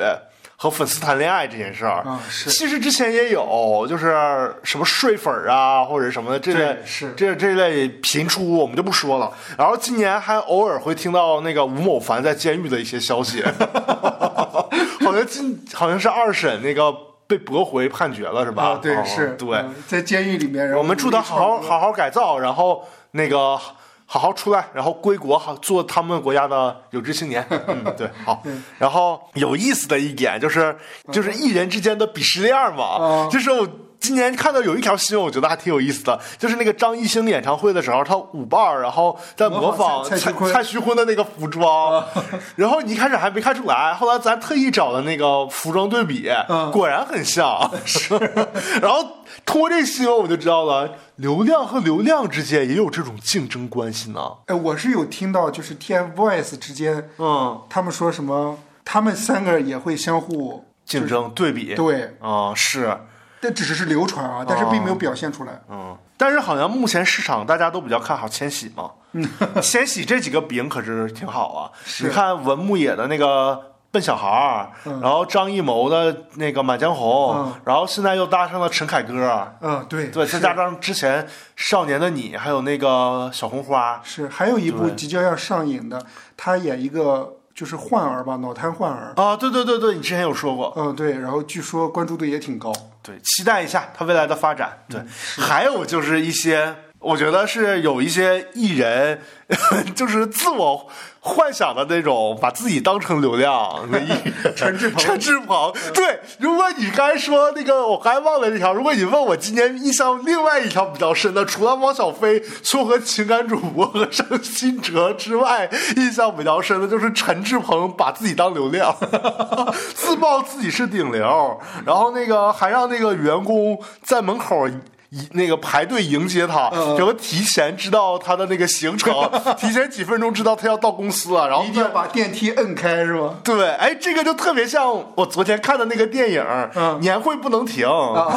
和粉丝谈恋爱这件事儿，
啊是
其实之前也有，就是什么睡粉儿啊或者什么的这类
对是
这这类频出，我们就不说了。然后今年还偶尔会听到那个吴某凡在监狱的一些消息， 好像今好像是二审那个被驳回判决了是吧？
啊，对
哦，
是，
对。
嗯在监狱里面，然后
我们祝他好好
努力
好好改造，然后那个好好出来，然后归国，好做他们国家的有志 青年。嗯，对，好。然后有意思的一点就是，就是艺人之间的鄙视链嘛
嗯，
就是我。今年看到有一条新闻，我觉得还挺有意思的，就是那个张艺兴演唱会的时候，他舞伴儿，然后在模
模仿
仿蔡
蔡蔡徐坤
蔡徐坤的那个服装，然后你一开始还没看出来，后来咱特意找的那个服装对比，
嗯
果然很像。是， 然后通过这新闻我就知道了，流量和流量之间也有这种竞争关系呢。
哎，我是有听到，就是 TFBOYS 之间，
嗯，
他们说什么，他们三个也会相互
竞争对比，
对，
啊、是，
但只是是流传啊，但是并没有表现出来。
哦嗯，但是好像目前市场大家都比较看好千玺 嘛。千玺这几个饼可是挺好啊，你看文牧野的那个。笨小孩儿，然后张艺谋的那个《满江红》
嗯
然后现在又搭上了陈凯歌，
嗯，对，
对，再
是
加上之前《少年的你》，还有那个小红花，
是，还有一部
对
即将要上映的，他演一个就是患儿吧，脑瘫患儿。
啊，对对对对，你之前有说过，
嗯，对，然后据说关注度也挺高。
对，期待一下他未来的发展。对，还有就是一些，我觉得是有一些艺人， 就是自我幻想的那种，把自己当成流量的艺人。
陈志朋
陈志鹏，对，如果你刚才说那个，我还忘了这条。如果你问我今年印象另外一条比较深的，除了汪小菲撮合情感主播和上新哲之外，印象比较深的就是陈志鹏把自己当流量， 自曝自己是顶流，然后那个还让那个员工在门口。一那个排队迎接他，
嗯
什么提前知道他的那个 行程，提前几分钟知道他要到公司了，然后
一定
在
要把电梯摁开是吧？
对，哎，这个就特别像我昨天看的那个电影儿，
嗯啊
年会不能停》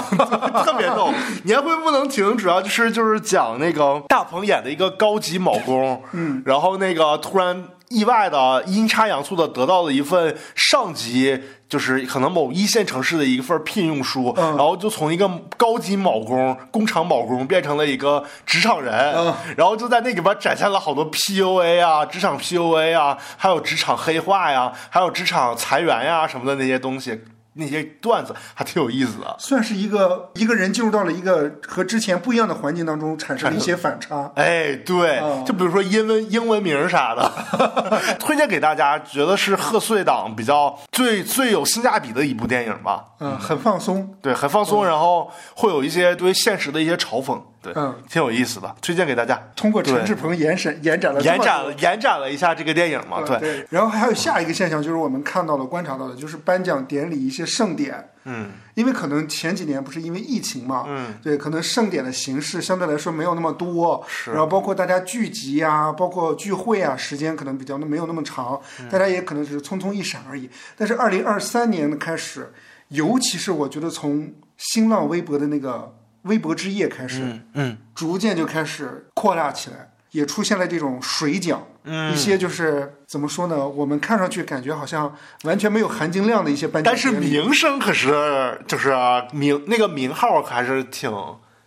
特别 逗。年会不能停，主要就是就是讲那个大鹏演的一个高级铆工，嗯，然后那个突然意外的阴差阳错的得到了一份上级。就是可能某一线城市的一份聘用书，
嗯
然后就从一个高级铆工、工厂铆工变成了一个职场人，
嗯
然后就在那里边展现了好多 PUA 啊、职场 PUA 啊，还有职场黑化呀、还有职场裁员呀、什么的那些东西，那些段子还挺有意思的。
算是一个一个人进入到了一个和之前不一样的环境当中，产生了一些反差。
哎，对，
嗯
就比如说英文英文名儿啥的， 推荐给大家，觉得是贺岁档比较最最有性价比的一部电影吧。
嗯，很放松。
对，很放松，然后会有一些对现实的一些嘲讽，对，
嗯
挺有意思的，推荐给大家。
通过
对
陈志鹏延伸延展了这
延
么
展
多
了延展了一下这个电影嘛，对，
对，然后还有下一个现象，就是我们看到了、观察到的，就是颁奖典礼一些盛典，
嗯，
因为可能前几年不是因为疫情嘛，
嗯，
对，可能盛典的形式相对来说没有那么多，
是
然后包括大家聚集啊，包括聚会啊，时间可能比较没有那么长，
嗯
大家也可能只是匆匆一闪而已。但是二零二三年的开始，尤其是我觉得从新浪微博的那个微博之夜开始，
嗯嗯。
逐渐就开始扩大起来，也出现了这种水奖，
嗯
一些就是怎么说呢？我们看上去感觉好像完全没有含金量的一些颁奖
但是
典礼，
名声可是就是啊名那个名号还是挺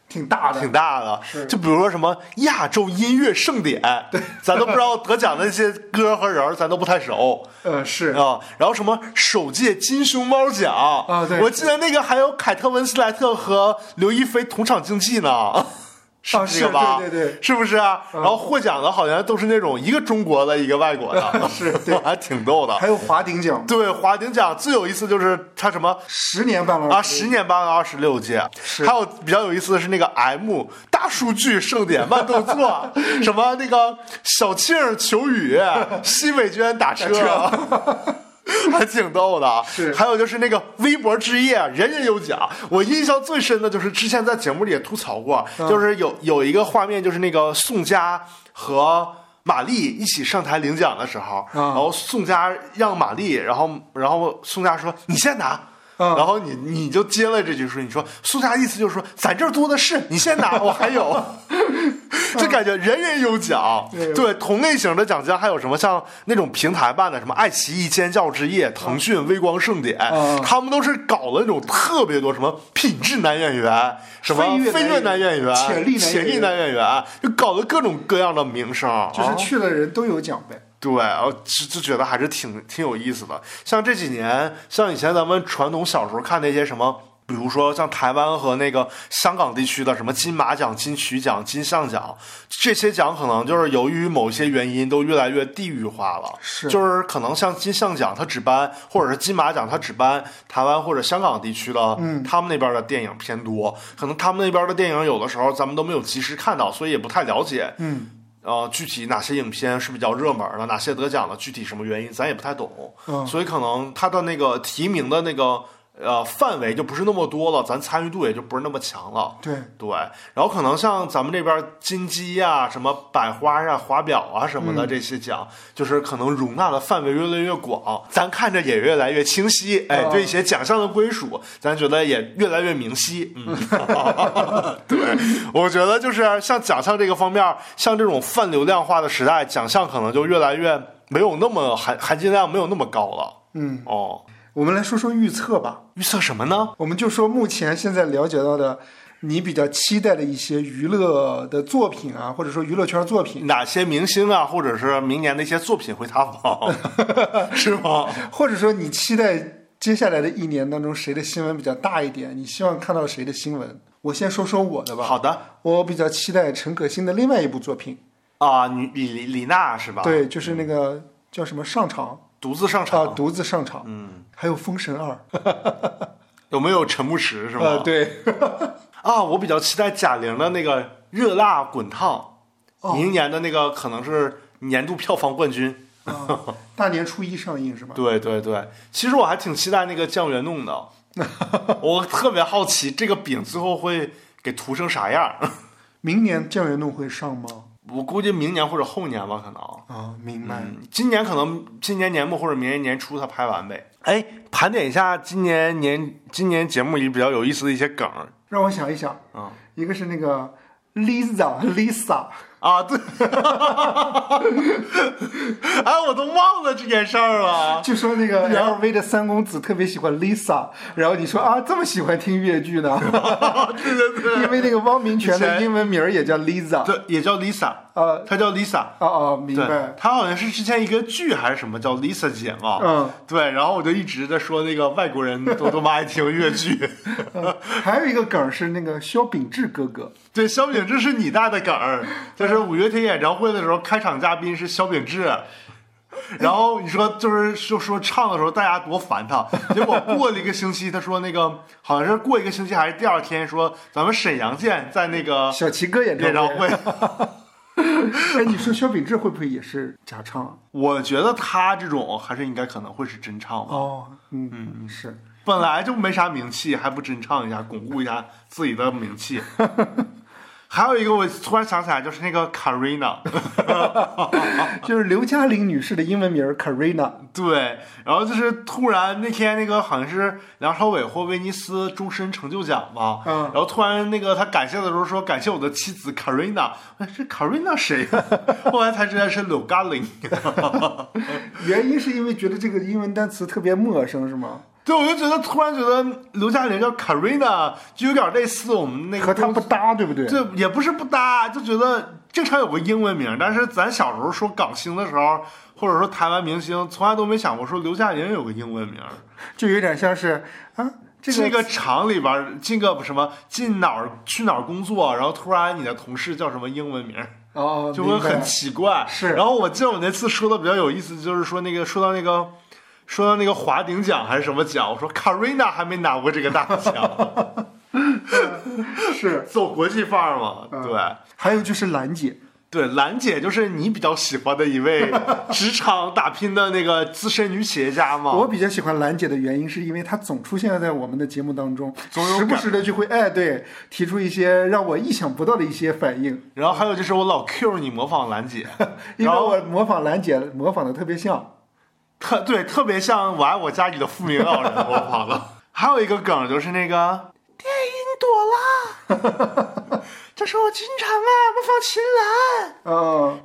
挺大的
挺。大的，就比如说什么亚洲音乐盛典，对，咱都不知道得奖的那些歌和人儿，咱都不太熟
呃，是
啊。然后什么首届金熊猫奖啊
对
我记得那个还有凯特温斯莱特和刘亦菲同场竞技呢。是
啊
这个吧？
是对对对
是不是啊？然后获奖的好像都是那种一个中国的，一个外国的，
是对
还挺逗的。
还有华鼎奖，
对，华鼎奖最有意思就是他什么
十年办了
啊，十年班二十六届，
是
还有比较有意思的是那个 M 大数据盛典慢 动作，什么那个小庆儿求雨，西北娟打车。 还挺逗的，
是
还有就是那个微博之夜，人人有奖。我印象最深的就是之前
嗯
在节目里也吐槽过，就是有有一个画面，就是那个宋佳和玛丽一起上台领奖的时候，
嗯
然后宋佳让玛丽，然后然后宋佳说你先拿。
嗯
然后你你就接了这句说，你说宋佳意思就是说，咱这儿多的是，你先 拿，我还有，就感觉人人有奖。
嗯对
对，同类型的奖项还有什么像那种平台办的，什么爱奇艺尖叫之夜、腾讯微光盛典，
嗯
他们都是搞了那种特别多什么品质男演员，什么
飞跃男
飞
演
跃
员
男演员、
潜力男演员
潜力男演员，就搞了各种各样的名声，
就是
啊
去的人都有奖呗。
对，我就就觉得还是挺挺有意思的。像这几年，像以前咱们传统小时候看那些什么。比如说像台湾和那个香港地区的什么金马奖、金曲奖、金像奖，这些奖可能就是由于某些原因都越来越地域化了，
是
就是可能像金像奖它只颁，或者是金马奖它只颁台湾或者香港地区的，嗯，他们那边的电影偏多，可能他们那边的电影有的时候咱们都没有及时看到，所以也不太了解，
嗯，
呃，具体哪些影片是比较热门的，哪些得奖了，具体什么原因咱也不太懂，
嗯
所以可能它的那个提名的那个呃范围就不是那么多了，咱参与度也就不是那么强了。
对，
对，然后可能像咱们这边金鸡呀、什么百花啊、华表啊什么的这些奖，就是可能容纳的范围越来越广，咱看着也越来越清晰。哎，
啊
对一些奖项的归属，咱觉得也越来越明晰。嗯， 对，我觉得就是像奖项这个方面，像这种泛流量化的时代，奖项可能就越来越没有那么含含金量没有那么高了。
嗯，
哦，
我们来说说预测吧。
预测什么呢？
我们就说目前现在了解到的，你比较期待的一些娱乐的作品啊，或者说娱乐圈作品，
哪些明星啊，或者是明年的一些作品会 塌房，是吗？
或者说你期待接下来的一年当中谁的新闻比较大一点，你希望看到谁的新闻？我先说说我的吧。
好的
我比较期待陈可辛的另外一部作品，
啊，你李李李娜是吧？，
对，就是那个叫什么上场
独自啊上
啊，
场，
独自上场，嗯，还有《封神二》
有没有陈牧驰是
呃，
吗？
对，
啊，我比较期待贾玲的那个《热辣滚烫
哦》，
明年的那个可能是年度票房冠 军。
啊，大年初一上映是吧？
对对对，其实我还挺期待那个酱园 弄的，我特别好奇这个饼最后会给涂成啥样。
明年酱园弄会上吗？
我估计明年或者后年吧，可能。
啊，明白。
嗯，今年可能今年年末或者明年年初他拍完呗。哎，盘点一下今年年今年节目里比较有意思的一些梗儿
让我想一想，
啊
一个是那个 Lisa Lisa，
啊，对， 哎，我都忘了这件事儿了。
据说那 个 LV 的三公子特别喜欢 Lisa，然后你说啊这么喜欢听越剧呢？ 对对对，因为那个汪明荃
以
的
前
英文名儿也叫 Lisa，
对，也叫 Lisa，
呃，
她叫 Lisa，
哦哦，明
对
白，，
她好像是之前一个剧还是什么叫 Lisa 姐嘛，
嗯，
对，然后我就一直在说那个外国人都 他妈爱听越剧，
还有一个梗儿是那个萧秉治哥哥，
对，萧秉治是你带的梗儿，就是五月天演唱会的时候，开场嘉宾是萧秉治。然后你说就是就说唱的时候大家多烦他，结果过了一个星期，他说那个好像是过一个星期还是第二天说咱们沈阳见，在那个
小齐啊哥演
演唱
唱
会。
哎，你说萧秉治会不会也是假唱啊？
我觉得他这种还是应该可能会是真唱吧，
哦，嗯嗯是。
本来就没啥名气，还不真唱一下，巩固一下自己的名气。 还有一个我突然想起来，就是那个 Karina，
就是刘嘉玲女士的英文名儿 Karina，
对，然后就是突然那天那个好像是梁朝伟获威尼斯终身成就奖吧，
嗯
然后突然那个他感谢的时候说感谢我的妻子 Karina，哎，这 Karina 谁呀、 后来才知道是柳嘎玲。
原因是因为觉得这个英文单词特别陌生，是吗？
对，我就觉得突然觉得刘嘉玲叫 Karina 就有点类似我们那个
和它不搭，对不对？
这也不是不搭，就觉得正常有个英文名，但是咱小时候说港星的时候，或者说台湾明星，从来都没想过说刘嘉玲有个英文名。
就有点像是啊，这个
进个厂里边儿，进个什么进哪儿去哪儿工作，然后突然你的同事叫什么英文名儿，
哦，
就会
明白
很奇怪。
是
然后我记得我那次说的比较有意思，就是说那个说到那个。说到那个华鼎奖还是什么奖，我说 Karina 还没拿过这个大奖，
是。
走国际范儿嘛。对，
嗯还有就是兰姐，
对，兰姐就是你比较喜欢的 一位职场打拼的那个资深女企业家
我
嘛。
比较喜欢兰姐的原因，是因为她总出现在我们的节目当中，
总有
时不
感
时的就会哎对提出一些让我意想不到的一些反应，
然后还有就是我老 Q 你模仿兰姐，
因为
然后
我模仿兰姐模仿的特别像。
特对特别像我爱我家里的富明 老人模仿的。还有一个梗就是那个电影朵拉， 这是我经常啊模仿秦岚，
嗯，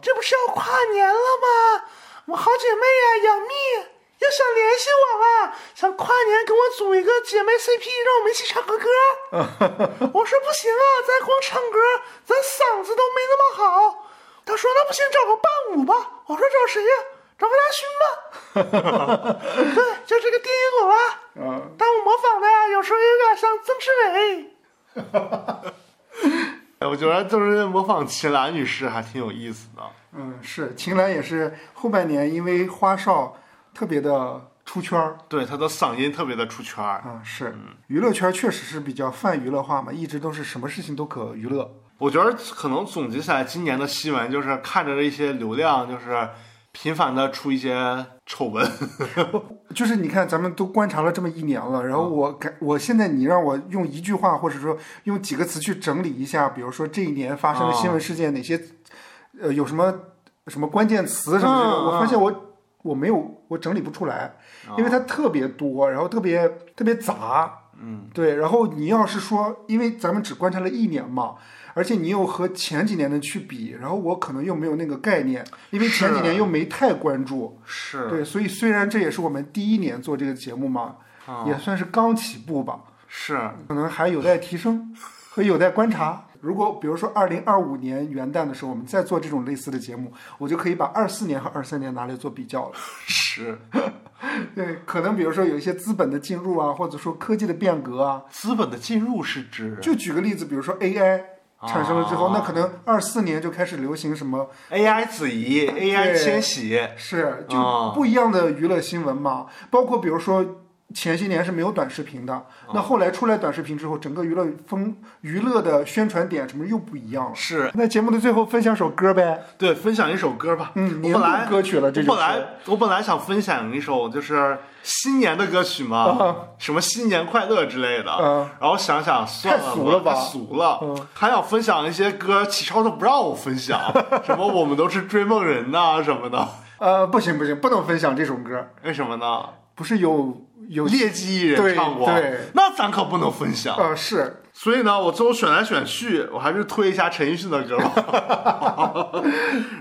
这不是要跨年了吗？我好姐妹呀、杨幂要想联系我啊，想跨年跟我组一个姐妹 CP，让我们一起唱个歌。 我说不行啊，咱光唱歌，咱嗓子都没那么好。他说那不行，找个伴舞吧。我说找谁呀、找魏大勋吧。对，就这个电音朵拉。
嗯
但我模仿的呀，有时候有点像曾志伟。哎， 我觉得就是模仿秦岚女士还挺有意思的。
嗯，是秦岚也是后半年因为花少特别的出圈儿
对，她的嗓音特别的出圈儿。
啊、是娱乐圈确实是比较泛娱乐化嘛，一直都是什么事情都可娱乐。
我觉得可能总结起来，今年的新闻就是看着这些流量，就是频繁的出一些丑闻。
就是你看，咱们都观察了这么一年了，然
嗯
后我感，我现在你让我用一句话，或者说用几个词去整理一下，比如说这一年发生的新闻事件，哪些，呃，有什么什么关键词什么之类的，
嗯
我发现我我没有，我整理不出来，因为它特别多，然后特别特别杂，嗯，对，然后你要是说，因为咱们只观察了一年嘛。而且你又和前几年的去比，然后我可能又没有那个概念，因为前几
是
年又没太关注，
是
对，所以虽然这也是我们第一年做这个节目嘛，
哦
也算是刚起步吧，
是，
可能还有待提升和有待观察。如果比如说二零二五年元旦的时候，我们再做这种类似的节目，我就可以把二四年和二三年拿来做比较了。
是
对，可能比如说有一些资本的进入啊，或者说科技的变革啊，
资本的进入是指
就举个例子，比如说 AI 产生了之后，那可能二四年就开始流行什么
AI 子怡、AI 千玺，
是就
啊
不一样的娱乐新闻嘛，包括比如说前些年是没有短视频的，
哦
那后来出来短视频之后，整个娱乐风娱乐的宣传点什么又不一样了。
是
那节目的最后分享首歌呗，
对，分享一首歌吧。
嗯，
我
年
本
度
来
歌曲了，
我
这就
本
是
来我本来想分享一首就是新年的歌曲嘛，
啊
什么新年快乐之类的，
啊
然后想想算了吧，
太俗了吧
太俗了，
嗯
还想分享一些歌，启超都不让我 分享，什么我们都是追梦人呐、什么的，
呃，不行不行，不能分享这首歌，
为什 么呢？
不是有有
劣迹艺人唱过
对对，
那咱可不能分享。
呃是，
所以呢，我最后选来选去，我还是推一下陈奕迅的 歌吧。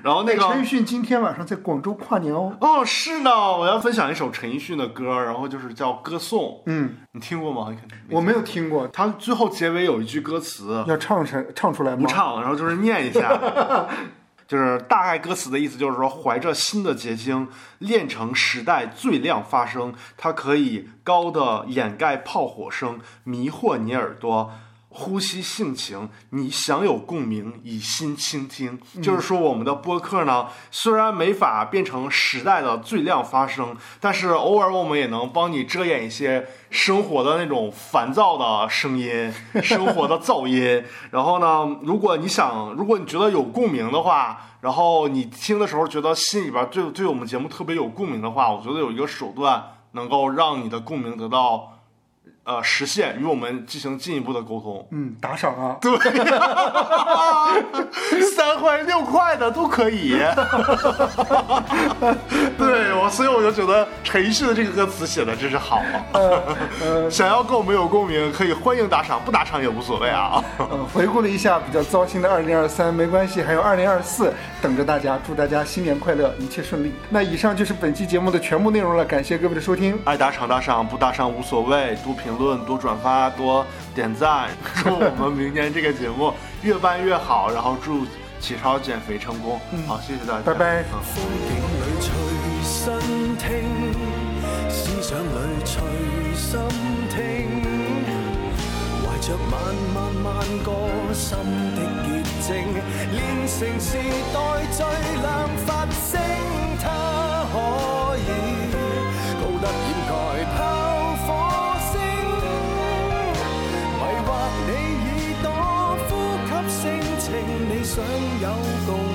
然后那个
陈奕迅今天晚上在广州跨年哦，
哦，是呢，我要分享一首陈奕迅的歌，然后就是叫《歌颂》，
嗯，
你听过吗？你肯定没
我没有听过，
他最后结尾有一句歌词
要唱成唱出来
不
吗？
唱，然后就是念一下， 就是大概歌词的意思就是说，怀着新的结晶，炼成时代最亮发声，它可以高的掩盖炮火声，迷惑你耳朵。呼吸性情，你享有共鸣，以心倾听。
嗯
就是说，我们的播客呢，虽然没法变成时代的最亮发声，但是偶尔我们也能帮你遮掩一些生活的那种烦躁的声音、生活的噪音。然后呢，如果你想，如果你觉得有共鸣的话，然后你听的时候觉得心里边对对我们节目特别有共鸣的话，我觉得有一个手段能够让你的共鸣得到呃实现，与我们进行进一步的沟通。
嗯，打赏啊，
对， 三块六块的都可以。 对我，所以我就觉得陈奕迅的这个歌词写的真是好 啊。想要跟我们有共鸣，可以欢迎打赏，不打赏也无所谓啊。
嗯，回顾了一下比较糟心的2023，没关系，还有2024等着大家。祝大家新年快乐，一切顺利。那以上就是本期节目的全部内容了，感谢各位的收听。
爱打赏打赏，不打赏无所谓，多评论，多转发，多点赞。 祝我们明年这个节目越办越好，然后祝启超减肥成功。好，谢谢大家，
嗯拜拜
嗯
风景里隨身聽，思想里隨心聽，懷着萬萬萬個心的結晶，練成時代最亮發聲，它可以高得掩蓋炮火星，迷惑你耳朵呼吸性情，你想有共鳴。